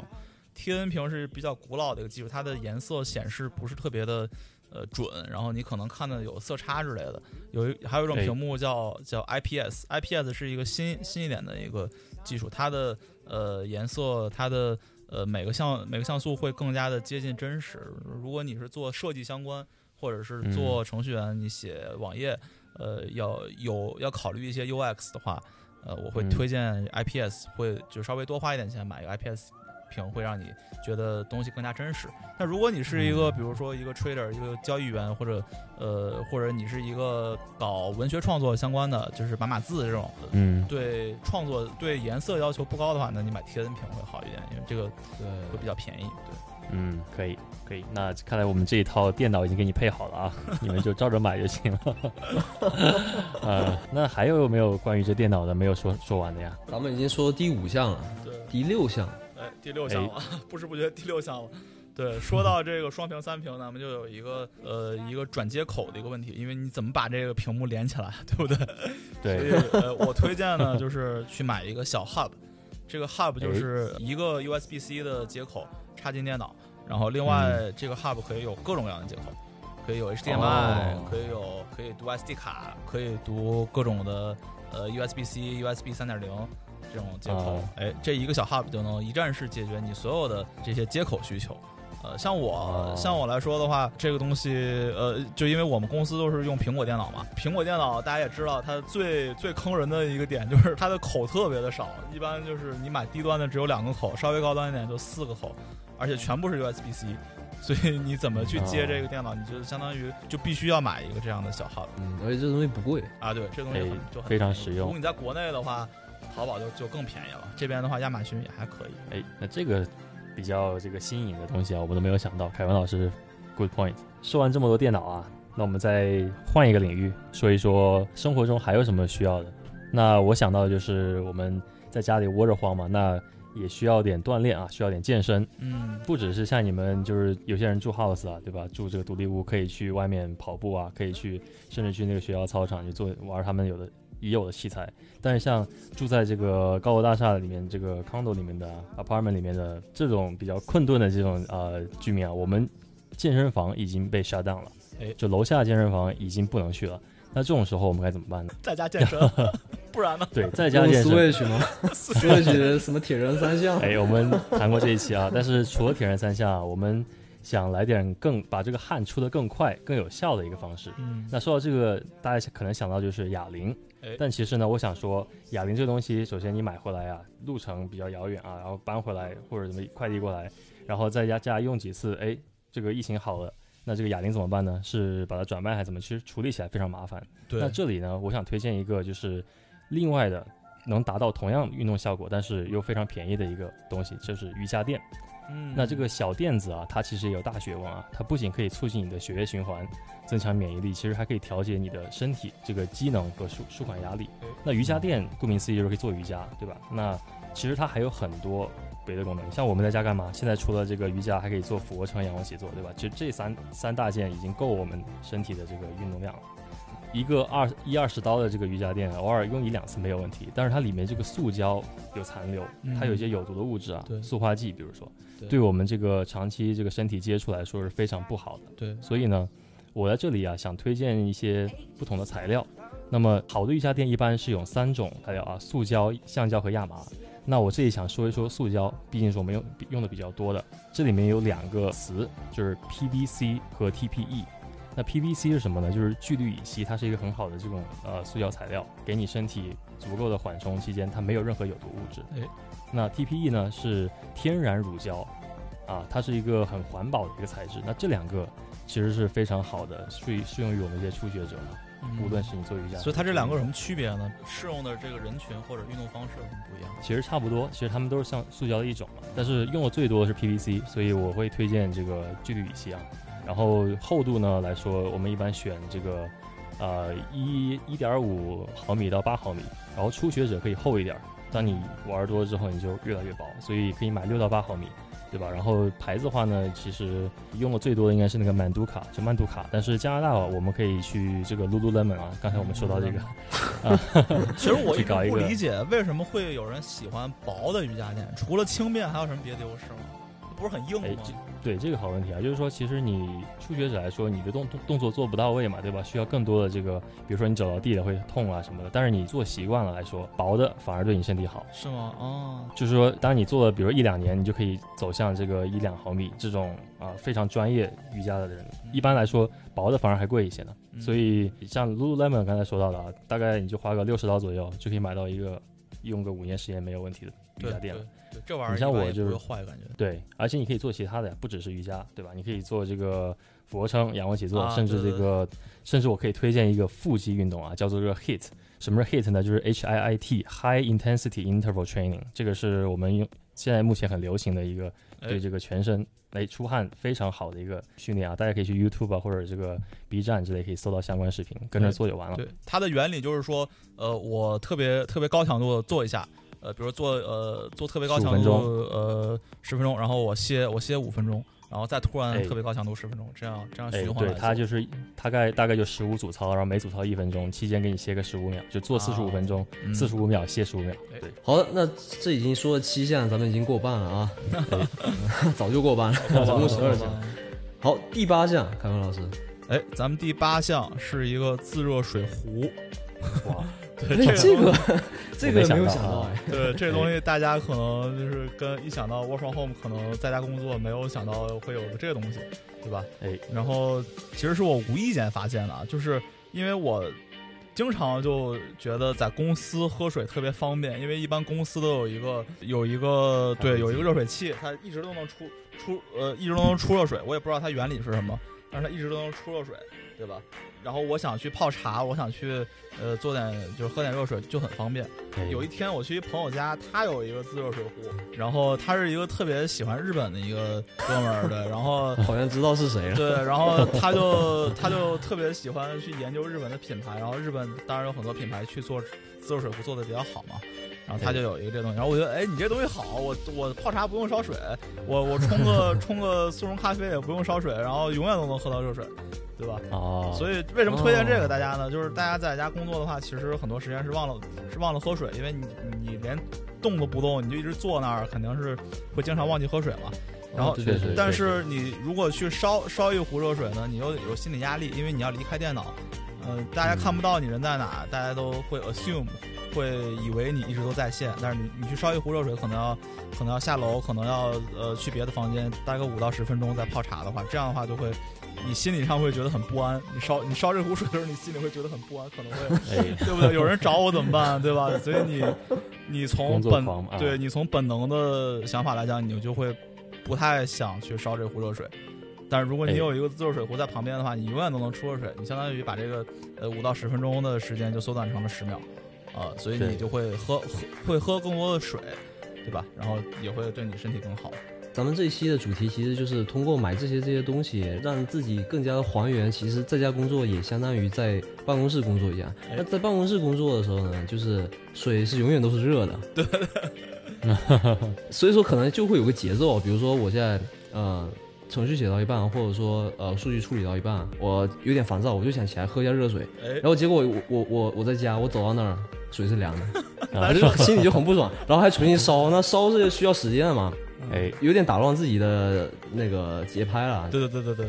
A: ，TN 屏是比较古老的一个技术，它的颜色显示不是特别的。呃，准，然后你可能看的有色差之类的，有一还有一种
B: 哎
A: 屏幕叫、叫 IPS，IPS 是一个新新一点的一个技术，它的呃颜色，它的呃每个像每个像素会更加的接近真实。如果你是做设计相关，或者是做程序员，你写网页，呃，要有要考虑一些 UX 的话，呃，我会
B: 嗯
A: 推荐 IPS，、会就稍微多花一点钱买一个 IPS 屏，会让你觉得东西更加真实。那如果你是一个，比如说一个 trader，一个交易员，或者呃，或者你是一个搞文学创作相关的，就是码码字这种，
B: 嗯，
A: 对创作对颜色要求不高的话，那你买 T N 屏会好一点，因为这个会
C: 对
A: 比较便宜。
B: 嗯，可以，可以。那看来我们这一套电脑已经给你配好了啊， 你们就照着买就行了。 呃，那还有没有关于这电脑的没有说说完的呀？
C: 咱们已经说第五项了，
A: 对，
C: 第六项，
A: 哎，第六项了，不知不觉第六项了。对，说到这个双屏、三屏，咱们就有一个呃一个转接口的一个问题，因为你怎么把这个屏幕连起来，对不对？所以
B: 对，
A: 呃，我推荐呢，就是去买一个小 hub，这个 hub 就是一个 USB C 的接口插进电脑，然后另外这个 hub 可以有各种各样的接口，可以有 HDMI，、可以有可以读 SD 卡，可以读各种的呃 USB-C、USB 三点零这种接口
B: 啊。
A: 哎、这一个小 hub 就能一站式解决你所有的这些接口需求。呃，像我、
B: 哦
A: 像我来说的话，这个东西，呃，就因为我们公司都是用苹果电脑嘛，苹果电脑大家也知道，它最最坑人的一个点就是它的口特别的少，一般就是你买低端的只有两个口，稍微高端一点就四个口，而且全部是 USB-C，所以你怎么去接
B: 哦
A: 这个电脑，你就相当于就必须要买一个这样的小号
C: 嗯，而且这东西不贵，
A: 啊。对，这东西很
B: 哎
A: 就很
B: 非常
A: 便宜
B: 实用
A: 如果你在国内的话，淘宝就就更便宜了，这边的话亚马逊也还可以。
B: 哎，那这个比较这个新颖的东西啊，我们都没有想到。凯文老师，good point。说完这么多电脑啊，那我们再换一个领域，说一说生活中还有什么需要的。那我想到的就是我们在家里窝着慌嘛，那也需要点锻炼啊，需要点健身。
A: 嗯，
B: 不只是像你们，就是有些人住 house 啊，对吧？住这个独立屋，可以去外面跑步啊，可以去，甚至去那个学校操场去做玩他们有的已有的器材。但是像住在这个高楼大厦里面，这个 condo 里面的 apartment 里面的这种比较困顿的这种呃居民啊，我们健身房已经被 shut down 了
A: 哎，
B: 就楼下健身房已经不能去了。那这种时候我们该怎么办呢？
A: 在家 健身，不然呢？
B: 对，在家
C: 用
B: 健身
C: Switch 吗？Switch 什么铁人三 项？
B: 哎，我们谈过这一期啊，但是除了铁人三项啊，我们想来点更把这个汗出得更快、更有效的一个方式。
A: 嗯，
B: 那说到这个，大家可能想到就是哑铃
A: 哎，
B: 但其实呢，我想说，哑铃这个东西，首先你买回来啊，路程比较遥远啊，然后搬回来或者怎么快递过来，然后在家家用几次，哎，这个疫情好了，那这个哑铃怎么办呢？是把它转卖还是怎么？其实处理起来非常麻烦。
A: 对
B: 那这里呢，我想推荐一个就是另外的能达到同样运动效果，但是又非常便宜的一个东西，就是瑜伽垫。
A: 嗯
B: 那这个小垫子啊，它其实也有大学问啊，它不仅可以促进你的血液循环，增强免疫力，其实还可以调节你的身体这个机能和舒舒缓压力
A: 嗯。
B: 那瑜伽垫顾名思义就是可以做瑜伽，对吧？那其实它还有很多别的功能，像我们在家干嘛？现在除了这个瑜伽，还可以做俯卧撑、仰卧起坐，对吧？其实这三三大件已经够我们身体的这个运动量了。一个二一二十刀的这个瑜伽垫，偶尔用一两次没有问题，但是它里面这个塑胶有残留，
A: 嗯
B: 它有一些有毒的物质啊，
A: 对
B: 塑化剂，比如说，
A: 对
B: 对我们这个长期这个身体接触来说是非常不好的。
A: 对，
B: 所以呢，我在这里啊，想推荐一些不同的材料。那么，好的瑜伽垫一般是有三种材料啊：塑胶、橡胶和亚麻。那我这里想说一说塑胶，毕竟是我们用用的比较多的。这里面有两个词，就是 PVC 和 TPE。那 PVC 是什么呢？就是聚氯乙烯，它是一个很好的这种呃塑胶材料，给你身体足够的缓冲期间，它没有任何有毒物质。
A: 哎
B: 那 TPE 呢是天然乳胶，啊，它是一个很环保的一个材质。那这两个其实是非常好的，适适用于我们这些初学者，
A: 嗯
B: 无论是你做瑜伽，
A: 所以它这两个有什么区别呢？适用的这个人群或者运动方式有什么不一样？
B: 其实差不多，其实它们都是像塑胶的一种嘛，但是用的最多的是 PVC，所以我会推荐这个聚氯乙烯啊。然后厚度呢来说，我们一般选这个呃一一点五毫米到八毫米，然后初学者可以厚一点儿，当你玩儿多之后你就越来越薄，所以可以买六到八毫米。对吧？然后牌子的话呢，其实用的最多的应该是那个曼都卡，就曼都卡。但是加拿大啊，我们可以去这个 Lululemon 啊，刚才我们说到这个，
A: 其实我一
B: 去
A: 直
B: 搞一
A: 不
B: 个
A: 理解为什么会有人喜欢薄的瑜伽垫，除了轻便还有什么别的优势吗？不是很硬
B: 哎
A: 吗
B: 这？对，这个好问题啊，就是说，其实你初学者来说，你的动动动作做不到位嘛，对吧？需要更多的这个，比如说你走到地了会痛啊什么的，但是你做习惯了来说，薄的反而对你身体好。
A: 是吗？哦，
B: 就是说，当你做了比如一两年，你就可以走向这个一两毫米这种啊、非常专业瑜伽的人。一般来说，薄的反而还贵一些呢。
A: 嗯
B: 所以像 Lululemon 刚才说到的啊，大概你就花个六十刀左右就可以买到一个用个五年时间没有问题的瑜
A: 对
B: 伽
A: 对
B: 垫了。
A: 对，这玩意儿
B: 你像
A: 一般
B: 我
A: 也
B: 就是
A: 不会坏，感觉
B: 对，而且你可以做其他的，不只是瑜伽，对吧？你可以做这个俯卧撑、仰卧起坐，
A: 啊
B: 甚至
A: 对对
B: 这个，甚至我可以推荐一个腹肌运动啊，叫做这个 HIIT。什么是 HIIT 呢？就是 H I I T（High Intensity Interval Training），这个是我们用现在目前很流行的一个
A: 哎
B: 对这个全身哎出汗非常好的一个训练啊。大家可以去 YouTube 啊或者这个 B 站之类可以搜到相关视频，跟着
A: 哎
B: 做就完了。
A: 对，它的原理就是说，呃，我特别特别高强度的做一下，呃，比如做呃做特别高
B: 15
A: 强
B: 分
A: 度
B: 钟
A: 呃十分钟，然后我歇我歇五分钟，然后再突然
B: 哎
A: 特别高强度十分钟，这样这样
B: 哎，
A: 循环
B: 对，
A: 来
B: 它
A: 做。
B: 就是大概大概就十五组操，然后每组操一分钟，期间给你歇个十五秒，就做四十五
A: 啊
B: 分钟，四十五秒歇十五秒
A: 哎。
B: 对，
C: 好的，那这已经说了七项，咱们已经过半了啊，早就过半了，
A: 嗯
C: 总共十二项。好，第八项，凯文老师，
A: 哎，咱们第八项是一个自热水壶，
B: 哇，
A: 对
C: 哎，这
A: 个东
C: 个
A: 西
C: 这
B: 没
C: 个
B: 想
C: 没有
B: 到
C: 想到
B: 啊
C: 哎，
A: 对这东西大家可能就是跟一想到 work from home，可能在家工作没有想到会有个这个东西，对吧？
B: 哎，
A: 然后其实是我无意间发现的，啊，就是因为我经常就觉得在公司喝水特别方便，因为一般公司都有一个有一个对有一个热水器，它一直都能出出呃一直都能出热水，我也不知道它原理是什么，但是它一直都能出热水，对吧？然后我想去泡茶，我想去呃做点就是喝点热水就很方便。
B: 哎
A: 有一天我去一朋友家，他有一个自热水壶，然后他是一个特别喜欢日本的一个哥们儿的，然后
C: 哎好像知道是谁了。
A: 对，然后他就他就特别喜欢去研究日本的品牌，然后日本当然有很多品牌去做自热水壶做的比较好嘛，然后他就有一个这东西，然后我觉得哎你这东西好，我我泡茶不用烧水，我我冲个冲个速溶咖啡也不用烧水，然后永远都能喝到热水，对吧？
B: 哦，以
A: 所以为什么推荐这
C: 哦
A: 个大家呢？就是大家在家工作的话，其实很多时间是忘了是忘了喝水，因为你你连动都不动，你就一直坐那儿，肯定是会经常忘记喝水嘛。然后
C: 哦对
B: 确
C: 对
B: 实
C: 对，
A: 但是你如果去烧烧一壶热水呢，你又有心理压力，因为你要离开电脑，呃，大家
C: 嗯
A: 看不到你人在哪，大家都会 assume，会以为你一直都在线。但是你你去烧一壶热水，可能要可能要下楼，可能要呃去别的房间，待个五到十分钟再泡茶的话，这样的话就会。你心理上会觉得很不安，你烧你烧这壶水的时候，你心里会觉得很不安，可能会
B: 哎，
A: 对不对？有人找我怎么办，对吧？所以你你从
B: 工作
A: 本
B: 狂嘛啊
A: 对你从本能的想法来讲，你就会不太想去烧这壶热水。但是如果
B: 哎
A: 你有一个自热水壶在旁边的话，你永远都能出热水，你相当于把这个呃五到十分钟的时间就缩短成了十秒，啊、所以
B: 对
A: 你就会喝喝会喝更多的水，对吧？然后也会对你身体更好。
C: 咱们这一期的主题其实就是通过买这些这些东西，让自己更加的还原。其实在家工作也相当于在办公室工作一样。那在办公室工作的时候呢，就是水是永远都是热的。对。 所以说可能就会有个节奏，比如说我现在呃程序写到一半，或者说呃数据处理到一半，我有点烦躁，我就想起来喝一下热水。
A: 哎
C: 然，后结果我我我我在家，我走到那儿水是凉的，
B: 啊
C: 我就 心里就很不爽，然后还重新烧，那烧是需要时间的嘛。
A: 嗯
B: 哎，
C: 有点打乱自己的那个节拍了。
A: 对对对对对，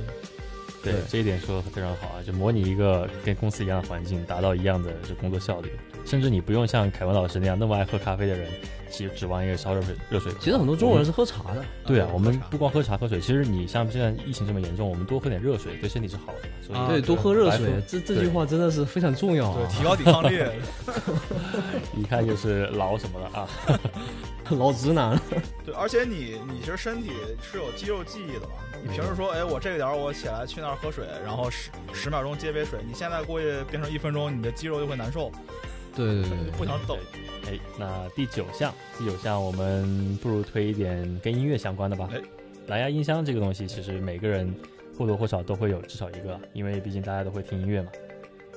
B: 对
C: 对
B: 这一点说的非常好啊，就模拟一个跟公司一样的环境，达到一样的就工作效率，甚至你不用像凯文老师那样那么爱喝咖啡的人，只指望一个烧热水热水壶。
C: 其实很多中国人是喝茶的，
B: 对啊，我
A: 啊
B: 们
A: 喝茶
B: 不光喝茶喝水，其实你像现在疫情这么严重，我们多喝点热水对身体是好的嘛。所以、
A: 啊
C: 对，多喝热水
B: 白，
C: 这这句话真的是非常重
B: 哦
C: 要
A: 对
C: 啊！
A: 提高抵抗 力，
B: 一看就是老什么了啊。
C: 老直男了，
A: 对，而且你你其实身体是有肌肉记忆的嘛。你平时说，哎，我这个点儿我起来去那儿喝水，然后十十秒钟接杯水，你现在过去变成一分钟，你的肌肉就会难受，
C: 对对对
A: 不想走。
B: 哎，那第九项，第九项我们不如推一点跟音乐相关的吧。
A: 哎
B: 蓝牙音箱这个东西，其实每个人或多或少都会有至少一个，因为毕竟大家都会听音乐嘛，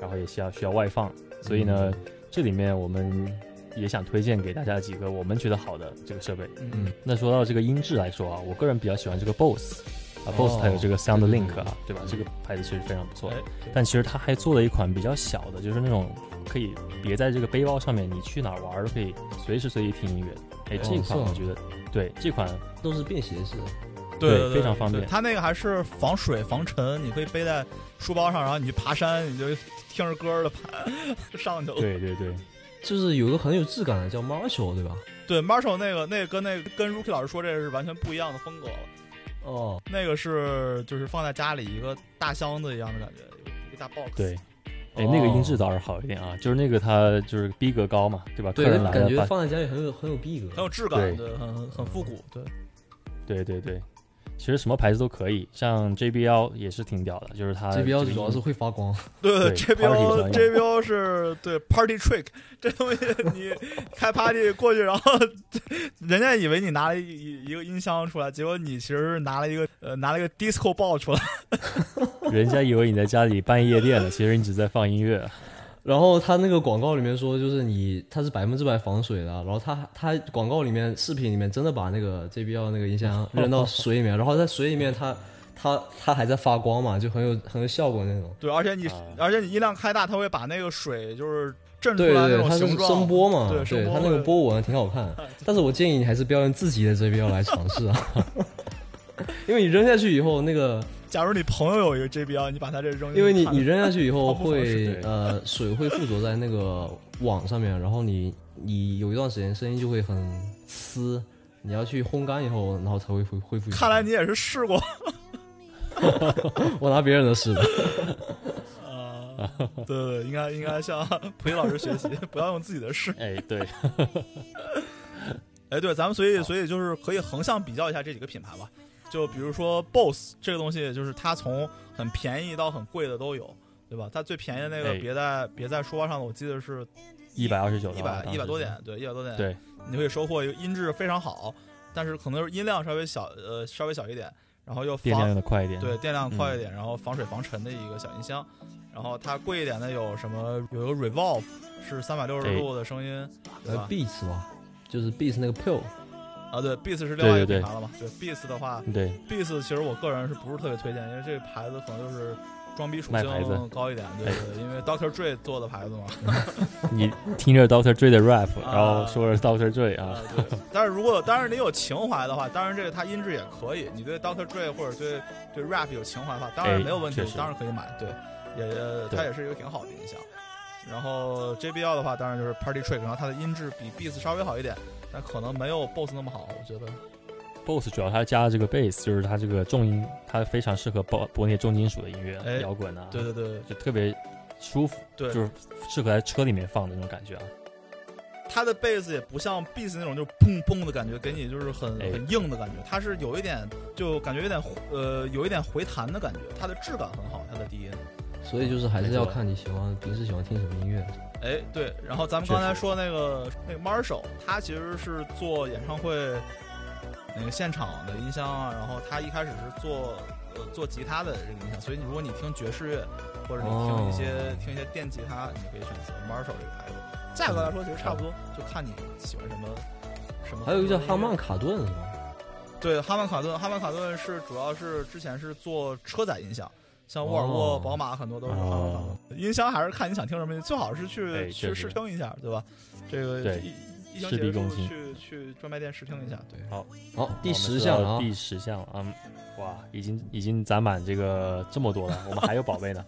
B: 然后也需要需要外放，所以呢，这里面我们也想推荐给大家几个我们觉得好的这个设备。
A: 嗯，
B: 那说到这个音质来说啊，我个人比较喜欢这个 BOSS 啊、
C: 哦
B: b o s s 它有这个 Sound
C: 对对
B: Link 啊，对吧？这个牌子其实非常不错
A: 哎。，
B: 但其实它还做了一款比较小的，就是那种可以别在这个背包上面，你去哪儿玩儿都可以随时随地听音乐。哎，
A: 哦
B: 这
C: 是
B: 款
C: 吗
B: 我觉得，对这款
C: 都是便携式的。
A: 对
B: 对非常方便
A: 对它那个还是防水防尘，你可以背在书包上，然后你去爬山，你就听着歌儿的爬 上去了。
B: 对对对，
C: 就是有一个很有质感的叫 Marshall，对吧？
A: 对，Marshall 那个那个跟那个跟 Rookie 老师说，这是完全不一样的风格了。
C: 哦，
A: 那个是就是放在家里一个大箱子一样的感觉，一个大 box。
B: 对，哎，那个
C: 哦
B: 音质倒是好一点啊，就是那个它就是逼格高嘛，对吧？
C: 对
B: 客人，来
C: 感觉
B: 了，把
C: 放在家里很有很有逼格
A: 很。有质感，
B: 对
A: 对，很很复古，对，
B: 对对对，其实什么牌子都可以，像 JBL 也是挺屌的，就是它
C: JBL
B: 这个
C: 主要
B: 音
C: 是会发光，
A: 对
B: 对，party 专
A: JBL
B: 用
A: JBL 是对 party trick 这东西，你开 party 过去，然后人家以为你拿了一一个音箱出来，结果你其实是拿了一个呃拿了一个 disco ball 出来，
B: 人家以为你在家里办夜店了，其实你只在放音 乐。啊
C: 然后它那个广告里面说，就是你它是百分之百防水的，然后它它广告里面视频里面真的把那个 JBL 那个音 箱扔到水里面，然后在水里面它它它还在发光嘛，就很有很有效果那种。
A: 对，而且你
B: 啊
A: 而且你音量开大，它会把那个水就是震出
C: 对
A: 来那
C: 对，
A: 种
C: 它是
A: 形状，
C: 声波嘛，
A: 对声
C: 对
A: 波
C: 它那
A: 会
C: 个波纹挺 好看，但是我建议 你还是不要用自己的 JBL 来尝试啊，因为你扔下去以后，那个
A: 假如你朋友有一个 JBL，你把它这扔进去，
C: 因为你你扔下去以后
A: 它不防水
C: 会
B: 对
C: 呃水会附着在那个网上面，然后你你有一段时间声音就会很呲，你要去烘干以后，然后才会恢恢复。
A: 看来你也是试 过，
C: 我拿别人 的试的，
A: 啊，对对，应该应该向 普一老师学习，不要用自己的试。
B: 哎，对，
A: 哎，对，咱们所以所以就是可以横向比较一下这几个品牌吧。就比如说 BOSS 这个东西，就是它从很便宜到很贵的都有，对吧？它最便宜的那个
B: 哎
A: 别在别在书包上的，我记得是
B: 一百二十九，啊
A: 一百一百多点，对，一百多点，
B: 对，
A: 你会收获一个音质非常好，但是可能就是音量稍微小，呃，稍微小一点，然后又
B: 电量嗯
A: 防
B: 用的快一点，
A: 对电量快一点，然后防水防尘的一个小音箱。然后它贵一点的有什么？有一个 Revolve 是三百六十
B: 对
A: 度的声音，对
C: 呃
A: 吧？
C: ，Beats 吧，就是 Beats 那个 Pro，
A: 啊，对，Beats 是另外一个
B: 对对对
A: 品牌了嘛？对 Beats 的话
B: 对，
A: ，Beats 其实我个人是不是特别推荐，因为这个牌子可能就是装逼属
B: 卖牌子
A: 性高一点，对对对，因为 Doctor Dre 做的牌子嘛。
B: 你听着 Doctor Dre 的 rap，
A: 啊
B: 然后说着 Doctor Dre 啊
A: 啊，，对。但是如果当然你有情怀的话，当然这个它音质也可以。你对 Doctor Dre 或者对对 rap 有情怀的话，当然
B: 哎
A: 没有问题
B: 确，实
A: 当然可以买。对，也呃它
B: 对
A: 也是一个挺好的音响。然后 JBL 的话，当然就是 Party Trick，然后它的音质比 Beats 稍微好一点，但可能没有 Boss 那么好，我觉得。
B: Boss 主要它加了这个 bass，就是它这个重音，它非常适合播播那些重金属的音乐，
A: 哎
B: 摇滚啊，
A: 对，对对
B: 就特别舒服，
A: 对，
B: 就是适合在车里面放的那种感觉啊。
A: 它的贝斯也不像 Beats 那种就是砰砰的感觉，给你就是很
B: 哎
A: 很硬的感觉，它是有一点就感觉有点呃有一点回弹的感觉，它的质感很好，它的低音。
C: 所以就是还是
B: 没错
C: 要看你喜欢平时喜欢听什么音乐。
A: 哎，对，然后咱们
B: 确
A: 刚才
B: 实
A: 说那个那个 Marshall，他其实是做演唱会那个现场的音箱啊，然后他一开始是做呃做吉他的这个音箱，所以你如果你听爵士乐或者你听一些、
C: 哦
A: 听一些电吉他，你可以选择 Marshall 这个牌子，价格来说其实差不多，就看你喜欢什么什么。
C: 还有一个叫哈曼，卡顿是吧？
A: 对，哈曼卡顿，哈曼卡顿是主要是之前是做车载音响。像沃尔沃、
C: 哦
A: 宝马很多都是哈曼卡顿，音箱还是看你想听什么，最好是去、
B: 哎
A: 去
B: 确
A: 试
B: 实
A: 听一下，对吧？这个
B: 对
A: 一一经
B: 事
A: 结
B: 必
A: 束
B: 躬亲
A: 去去专卖店试听一下，对。
C: 好，第
A: 哦
B: 好我们
C: 十
B: 知
C: 项
B: 道
C: 啊，
B: 第十项啊，嗯哇，已经已经攒满这个这么多了，我们还有宝贝呢，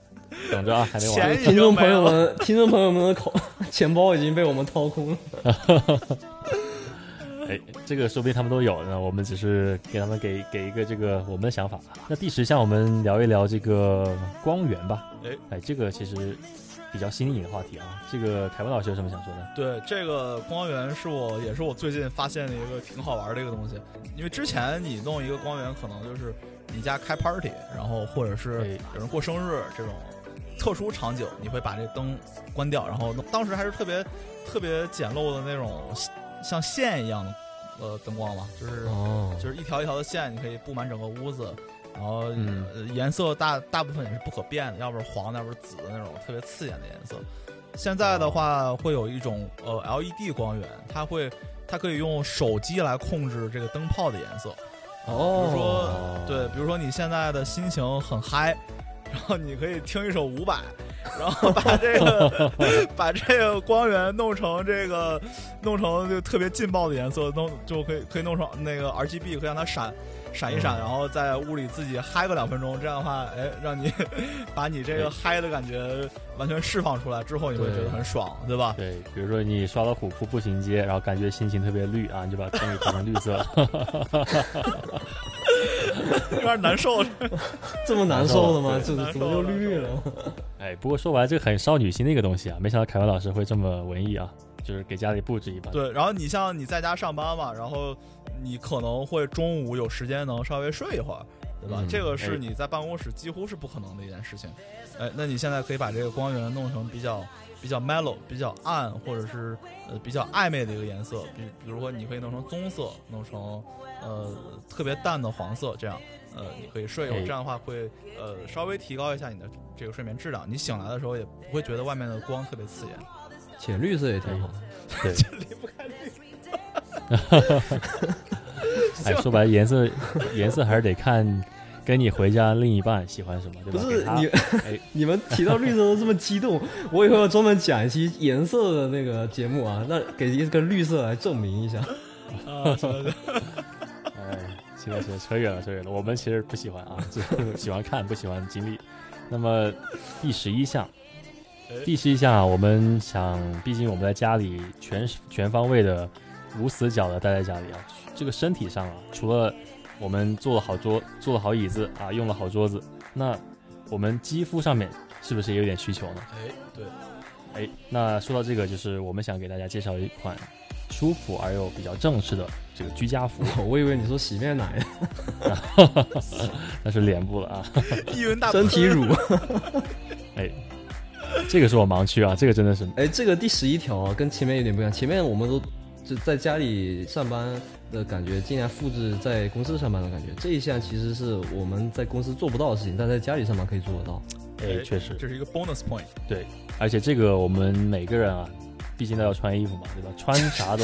B: 等着啊，还没完。
A: 前
C: 听众朋友们，听众朋友们的口 钱包已经被我们掏空了。
B: 哎，这个说不定他们都有呢，我们只是给他们给给一个这个我们的想法。那第十项，我们聊一聊这个光源吧。
A: 哎，
B: 哎，这个其实比较新颖的话题啊。这个凯文老师有什么想说的？
A: 对，这个光源是我也是我最近发现的一个挺好玩的一个东西，因为之前你弄一个光源，可能就是你家开 party，然后或者是
B: 哎
A: 有人过生日这种特殊场景，你会把这灯关掉，然后弄当时还是特别特别简陋的那种像线一样的呃灯光嘛，就是
C: 哦，
A: 就是一条一条的线，你可以布满整个屋子，然后、
B: 嗯
A: 呃颜色大大部分也是不可变的，要不是黄的，要不是紫的那种特别刺眼的颜色。现在的话，会有一种呃 LED 光源，它会它可以用手机来控制这个灯泡的颜色。比如说
C: 哦，
B: 哦
A: 对，比如说你现在的心情很嗨， 然后你可以听一首伍佰，然后把这个把这个光源弄成这个弄成就特别劲爆的颜色，弄就可以可以弄成那个 RGB，可以让它闪闪一闪，
B: 嗯
A: 然后在屋里自己嗨个两分钟。这样的话，哎，让你 把你这个嗨的感觉完全释放出来之后，你会觉得很爽，对吧？
B: 对，比如说你刷到虎扑步行街，然后感觉心情特别绿啊，你就把灯给调成绿 色。
A: 有点难受。
C: 这么难受的吗？
B: 难
A: 受
C: 这
A: 了对
C: 怎么就绿
A: 难
C: 了？
B: 哎，不过说白了，这个很少女心的一个东西啊，没想到凯文老师会这么文艺啊，就是给家里布置一番。
A: 对，然后你像你在家上班嘛，然后你可能会中午有时间能稍微睡一会儿，对吧？
C: 嗯
A: 这个是
B: 哎
A: 你在办公室几乎是不可能的一件事情。哎，那你现在可以把这个光源弄成比较比较 mellow、比较暗，或者是呃比较暧昧的一个颜色，比比如说你可以弄成棕色，弄成呃特别淡的黄色，这样呃你可以睡一会儿，
B: 哎
A: 这样的话会呃稍微提高一下你的这个睡眠质量，你醒来的时候也不会觉得外面的光特别刺 眼。
C: 浅绿色也挺好的。
B: 对，哎，说白了，颜色 颜色还是得看跟你回家另一半喜欢什么，对
C: 不
B: 吧？
C: 是
B: 给他
C: 你
B: 哎，
C: 你们提到绿色都这么激动，我以后要专门讲一期颜色的那个节目啊，那给一个绿色来证明一下。
A: 啊，
B: 哎，行了行了，扯远了扯远了。我们其实不喜欢啊，只是喜欢看，不喜欢经历。那么第十一项，第十一项啊，我们想，毕竟我们在家里全全方位的无死角的待在家里啊，这个身体上啊，除了我们坐了好桌，坐了好椅子啊，用了好桌子，那我们肌肤上面是不是也有点需求呢？
A: 哎，对，
B: 哎，那说到这个，就是我们想给大家介绍一款舒服而又比较正式的这个居家服，
C: 我以为你说洗面奶、
B: 那是脸部了啊。
A: 一文 大
C: 身体乳。
B: 哎，这个是我盲区啊，这个真的是
C: 哎，这个第十一条啊，跟前面有点不一样。前面我们都就在家里上班的感觉，尽量复制在公司上班的感觉。这一项其实是我们在公司做不到的事情，但在家里上班可以做得到。
B: 哎，确实，
A: 这是一个 bonus point。
B: 对，而且这个我们每个人啊，毕竟都要穿衣服嘛，对吧？穿啥都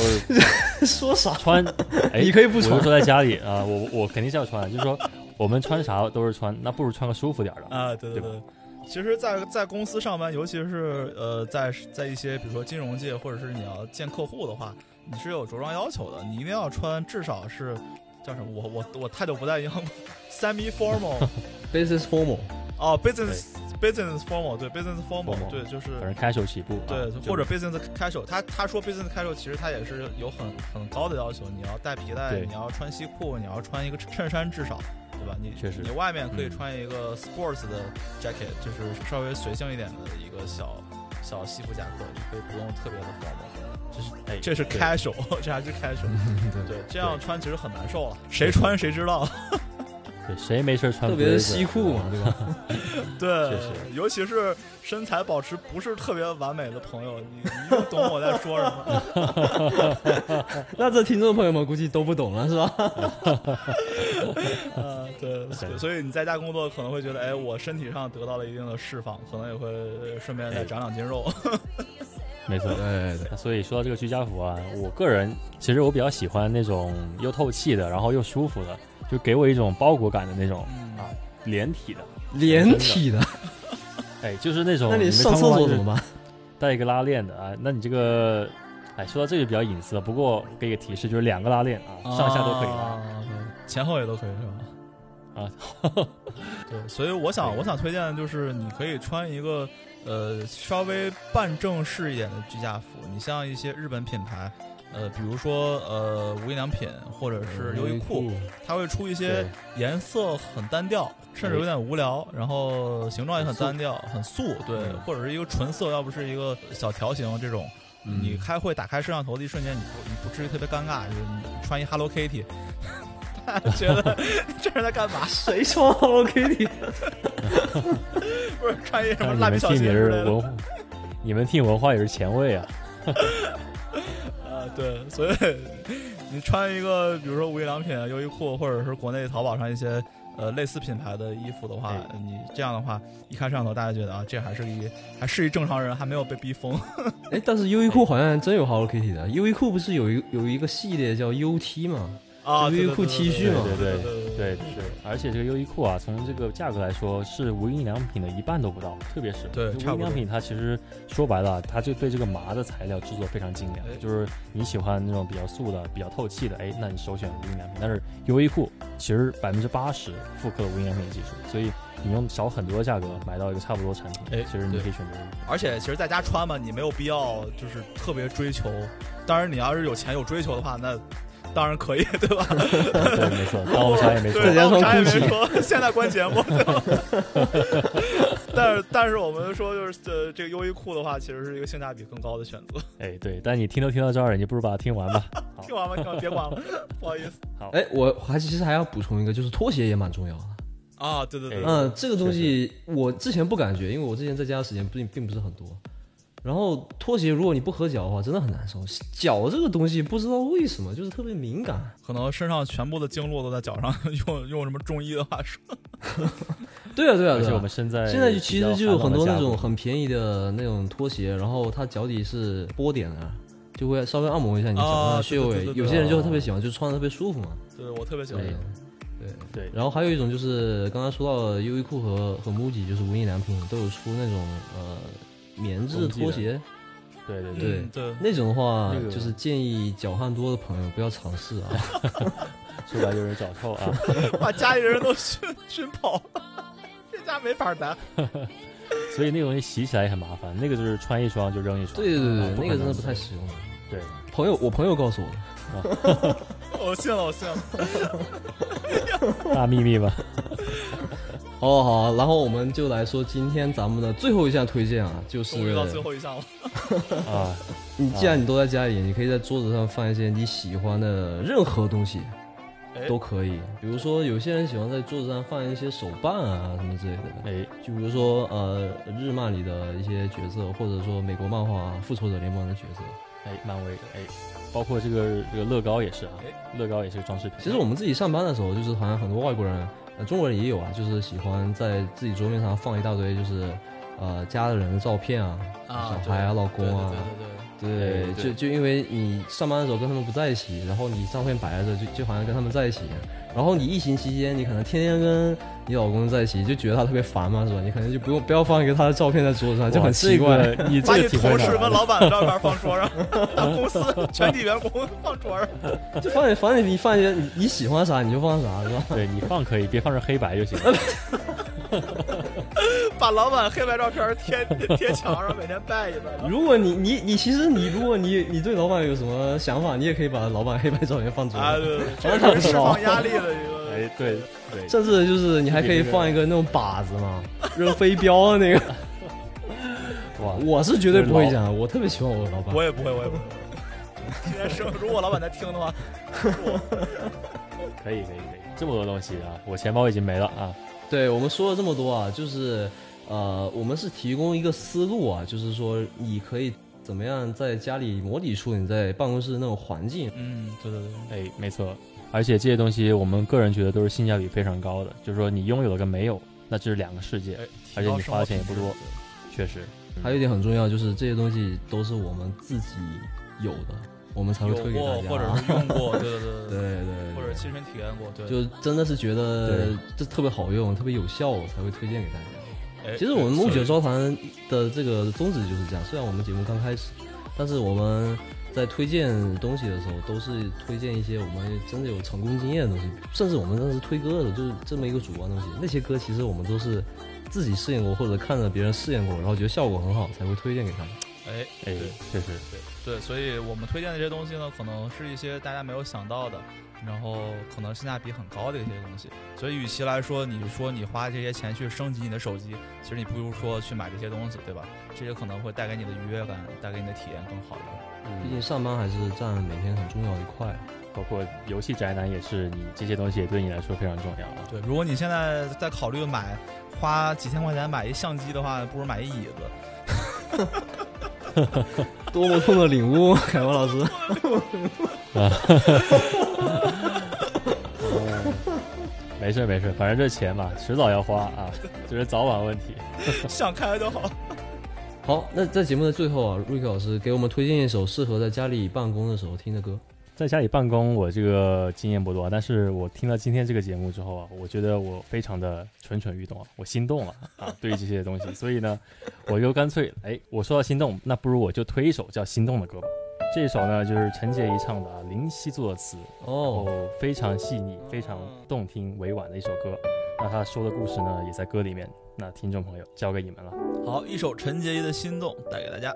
B: 是
C: 说啥？
B: 穿，哎，
C: 你可以不
B: 我
C: 穿
B: 就说在家里啊，我我肯定是要穿的，就是说我们穿啥都是穿，那不如穿个舒服点儿
C: 嗯
B: 的。
A: 啊，对对
B: 对
A: 对。其实在，在公司上班，尤其是呃，在在一些比如说金融界，或者是你要见客户的话，你是有着装要求的，你一定要穿至少是叫什么？我我我态度不太一样，semi formal
C: ，basis formal，
A: 哦，business business formal 对 business formal
B: formal，
A: 对就是
B: 反正开手起步啊，
A: 对
B: 就
A: 或者 business casual，他他说 business casual 其实他也是有很很高的要求，你要带皮带，
B: 对
A: 你要穿西裤，你要穿一个衬衫至少，对吧？你
B: 确实
A: 你外面可以
B: 嗯
A: 穿一个 sports 的 jacket，、就是稍微随性一点的一个小小西服夹克，你可以不用特别的 formal，这是
B: 哎，
A: 这是
B: 对
A: casual，这还 是 casual，
C: 对，
A: 对，这样穿其实很难受了，谁穿谁知 道，
B: 对谁没事穿
C: 特
B: blazer，
C: 别是西裤嘛，啊对吧？
A: 对
B: 确实，
A: 尤其是身材保持不是特别完美的朋友，你你一定懂我在说什么。
C: 那这听众朋友们估计都不懂了，是吧？
A: 啊，对，所以所以你在家工作可能会觉得，哎，我身体上得到了一定的释放，可能也会顺便再长两斤肉。
B: 没错
C: 对。对对，
B: 那所以说到这个居家服啊，我个人其实我比较喜欢那种又透气的，然后又舒服的，就给我一种包裹感的那种
A: 嗯
B: 啊，连体的，
C: 连体的，
B: 哎，就是那种
C: 那
B: 没
C: 哦你上
B: 穿过吗
C: 厕
B: 就
C: 所
B: 是
C: 怎么办？
B: 带一个拉链的啊，那你这个，哎，说到这个比较隐私了，不过给一个提示，就是两个拉链啊，上下都可以拉
A: 啊，前后也都可以，是吧？
B: 啊。
A: 对，所以我想，
B: 对
A: 我想推荐的就是，你可以穿一个呃稍微半正式一点的居家服，你像一些日本品牌。呃，比如说呃，无印良品或者
C: 嗯
A: 是优衣库，，它会出一些
C: 对
A: 颜色很单调，甚至有点无聊，然后形状也很单调，很素，对，
C: 嗯
A: 或者是一个纯色，要不是一个小条形这种。
C: 嗯
A: 你开会打开摄像头的一瞬间，你不你不至于特别尴尬，就是你穿一 Hello Kitty，大家觉得 这是在干嘛？
C: 谁穿 Hello Kitty？
A: 不是穿一什么
B: 但是
A: 蜡 笔
B: 你们
A: 小
B: 听
A: 新
B: 也
A: 之
B: 是
A: 类的
B: 文，你们听文化也是前卫啊。
A: 啊？对，所以你穿一个，比如说无印良品、优衣库，或者是国内淘宝上一些呃类似品牌的衣服的话
B: 哎，
A: 你这样的话一看摄像头，大家觉得啊，这还是一还是一正常人，还没有被逼疯。
C: 哎，但是优衣库好像真有 Hello Kitty 的，优衣库不是有一有一个系列叫 UT 嘛？
A: 啊，
C: 优衣库 T 恤嘛
A: 对
B: 对
A: 对
B: 对，是，而且这个优衣库啊，从这个价格来说，是无印良品的一半都不到，特别是
A: 对
B: 就
A: 差
B: 无印
A: 不多
B: 良品它其实说白了，它就对这个麻的材料制作非常精良
A: 哎，
B: 就是你喜欢那种比较素的、比较透气的，哎，那你首选无印良品。但是优衣库其实百分之八十复刻了无印良品的技术，所以你用少很多的价格买到一个差不多的产品，
A: 哎
B: 其实你
A: 对
B: 可以选择 用。
A: 而且其实在家穿嘛，你没有必要就是特别追求。当然，你要是有钱有追求的话，那当然可以，对吧？
B: 对，没错，当我们啥也没错
A: 对，。
C: 家
A: 当我
C: 穿
A: 啥也没
C: Gucci
A: 说，现在关节目。对吧 但是，但是我们说就是呃，这个优衣库的话，其实是一个性价比更高的选择。
B: 哎，对，但你听都听到这儿了，你不如把它听完吧。好
A: 听完吧，听完别管了，不好意思
C: 哎，我还其实还要补充一个，就是拖鞋也蛮重要的。
A: 啊。对对对，
B: 哎
C: 嗯，这个东西我之前不感觉，因为我之前在家的时间并并不是很多。然后拖鞋，如果你不合脚的话，真的很难受。脚这个东西不知道为什么就是特别敏感，
A: 可能身上全部的经络都在脚上， 用用什么中医的话说，
C: 对啊， 对啊，
B: 而
C: 对
B: 且我
C: 啊
B: 们。身
A: 哎
B: 在
C: 现在其实就有很多那种
B: 比较
C: 很便宜的那种拖鞋，然后它脚底是波点的，就会稍微按摩一下你脚上
A: 啊
C: 的穴
A: 对对
C: 位
A: 对。对
C: 有些人就特别喜欢，就穿的特别舒服嘛。
A: 对我特别喜欢
C: 对
B: 哎
A: 这个。
B: 烦恼的价格
C: 然后还有一种就是刚刚说到的优衣库和和 MUJI，就是无印良品都有出那种呃棉质拖鞋，
B: 对对对对
C: 对
A: 嗯对，
C: 那种的话
B: 那 个
C: 就是建议脚汗多的朋友不要尝试啊。
B: 说白就是找臭 啊。
A: 把家里人都熏熏跑了，这家没法待。
B: 所以那个东西洗起来也很麻烦，那个就是穿一双就扔一双。
C: 对对对
B: 啊
C: 对， 那个真
B: 不
C: 的不
B: 可能
C: 太实用。
B: 对。
C: 朋友，我朋友告诉我的，
A: 我信了，我信了。
B: 大秘密 吧。
C: 哦，好啊，然后我们就来说今天咱们的最后一项推荐啊，就是
A: 终于到最后一项了，
B: 啊，
C: 你既然你都在家里，你可以在桌子上放一些你喜欢的任何东西
A: 哎，
C: 都可以。比如说，有些人喜欢在桌子上放一些手办啊什么之类的，
B: 哎，
C: 就比如说呃日漫里的一些角色，或者说美国漫画《复仇者联盟》的角色。
B: 哎，漫威，哎，包括这个这个乐高也是啊，乐高也是个装饰品。
C: 哎其实我们自己上班的时候，就是好像很多外国人，呃，中国人也有啊，就是喜欢在自己桌面上放一大堆，就是呃家人的照片啊，
A: 啊
C: 小孩啊、
A: 对
C: 老公啊，
A: 对对对对
C: 对，
B: 对
C: 就就因为你上班的时候跟他们不在一起，然后你照片摆着就就好像跟他们在一起，然后你疫情期间你可能天天跟你老公在一起，就觉得他特别烦嘛，是吧？你可能就不用不要放一个他的照片在桌子上，就
B: 哇
C: 很奇怪。
B: 这个你
A: 把
B: 这
A: 你
B: 个体会
A: 同
B: 哪
A: 事
B: 来
A: 跟
B: 的？
A: 老板的照片放桌上，把公司全体员工放桌上。
C: 就放反正你放一些你你喜欢啥你就放啥，是吧？
B: 对你放可以，别放成黑白就行。
A: 把老板黑白照片贴贴墙上，每天拜一 拜。
C: 如果你你你其实你如果你你对老板有什么想法，你也可以把老板黑白照片放桌
A: 啊，
C: 上，
A: 对对，对这是释放压力的一个。
B: 哎，对对，
C: 甚至就是你还可以放一个那种靶子嘛，扔飞镖啊的那个。
B: 哇，
C: 我是绝对不会讲，我特别喜欢我的老板。
A: 我也不会，我也不会。今天生，如果老板在听的话，
B: 可以可以可以，这么多东西啊，我钱包已经没了啊。
C: 对我们说了这么多啊，就是呃，我们是提供一个思路啊，就是说你可以怎么样在家里模拟出你在办公室那种环境。
A: 嗯，对对对，
B: 哎，没错，而且这些东西我们个人觉得都是性价比非常高的，就是说你拥有了跟没有，那这是两个世界。
A: 哎
B: 而且你花的钱也不多，确实，
C: 还有一点很重要，就是这些东西都是我们自己有的，我们才会
A: 有
C: 推给大
A: 过
C: 家。啊
A: 或者是用过，对对对
C: 对对对，
A: 或者亲身体验过，对。
C: 就真的是觉得
B: 对
C: 这特别好用，特别有效，才会推荐给大家。
A: 哎
C: 其实我们木
A: 对所
C: 九
A: 以
C: 招谈的这个宗旨就是这样，虽然我们节目刚开始，但是我们在推荐东西的时候，都是推荐一些我们真的有成功经验的东西，甚至我们当时推歌的时候，就是这么一个主观东西。那些歌其实我们都是自己试验过，或者看着别人试验过，然后觉得效果很好，才会推荐给他们。
A: 哎
B: 哎
A: 对，
B: 确实，
A: 对，所以我们推荐的这些东西呢，可能是一些大家没有想到的，然后可能性价比很高的一些东西。所以，与其来说，你说你花这些钱去升级你的手机，其实你不如说去买这些东西，对吧？这些可能会带给你的愉悦感，带给你的体验更好一点。
B: 嗯，
C: 毕竟上班还是占每天很重要的一块。
B: 包括游戏宅男也是，你这些东西也对你来说非常重要啊。
A: 对，如果你现在在考虑买花几千块钱买一相机的话，不如买一椅子。
C: 多么痛的领悟，啊凯文老师。
B: 没事没事，反正这钱嘛，迟早要花啊，就是早晚问题。
A: 想开就好。
C: 好，那在节目的最后啊，瑞克老师给我们推荐一首适合在家里办公的时候听的歌。
B: 在家里办公，我这个经验不多啊，但是我听了今天这个节目之后啊，我觉得我非常的蠢蠢欲动啊，我心动了啊，对于这些东西，所以呢，我就干脆，哎，我说到心动，那不如我就推一首叫《心动》的歌吧。这一首呢，就是陈洁仪唱的啊，林夕作的词，
C: 哦，
B: 哦，非常细腻、非常动听、委婉的一首歌。那他说的故事呢，也在歌里面。那听众朋友，交给你们了。
A: 好，一首陈洁仪的《心动》带给大家。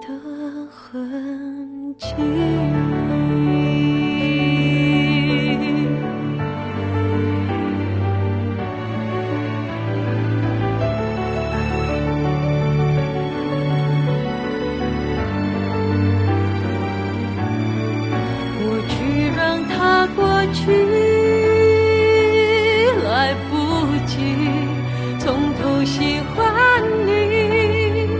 D: 的痕迹。过去让它过去，来不及从头喜欢你。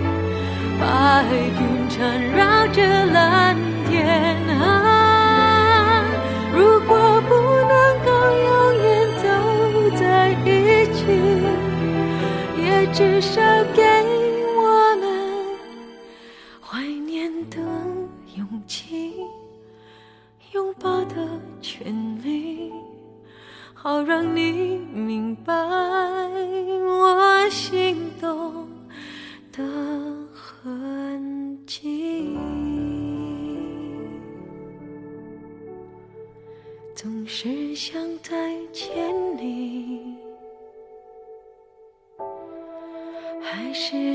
D: 白云缠绕着蓝天啊，如果不能够永远走在一起，也至少给我们怀念的勇气。拥抱的权利，好让你明白我心动的痕迹。总是想再见你，还试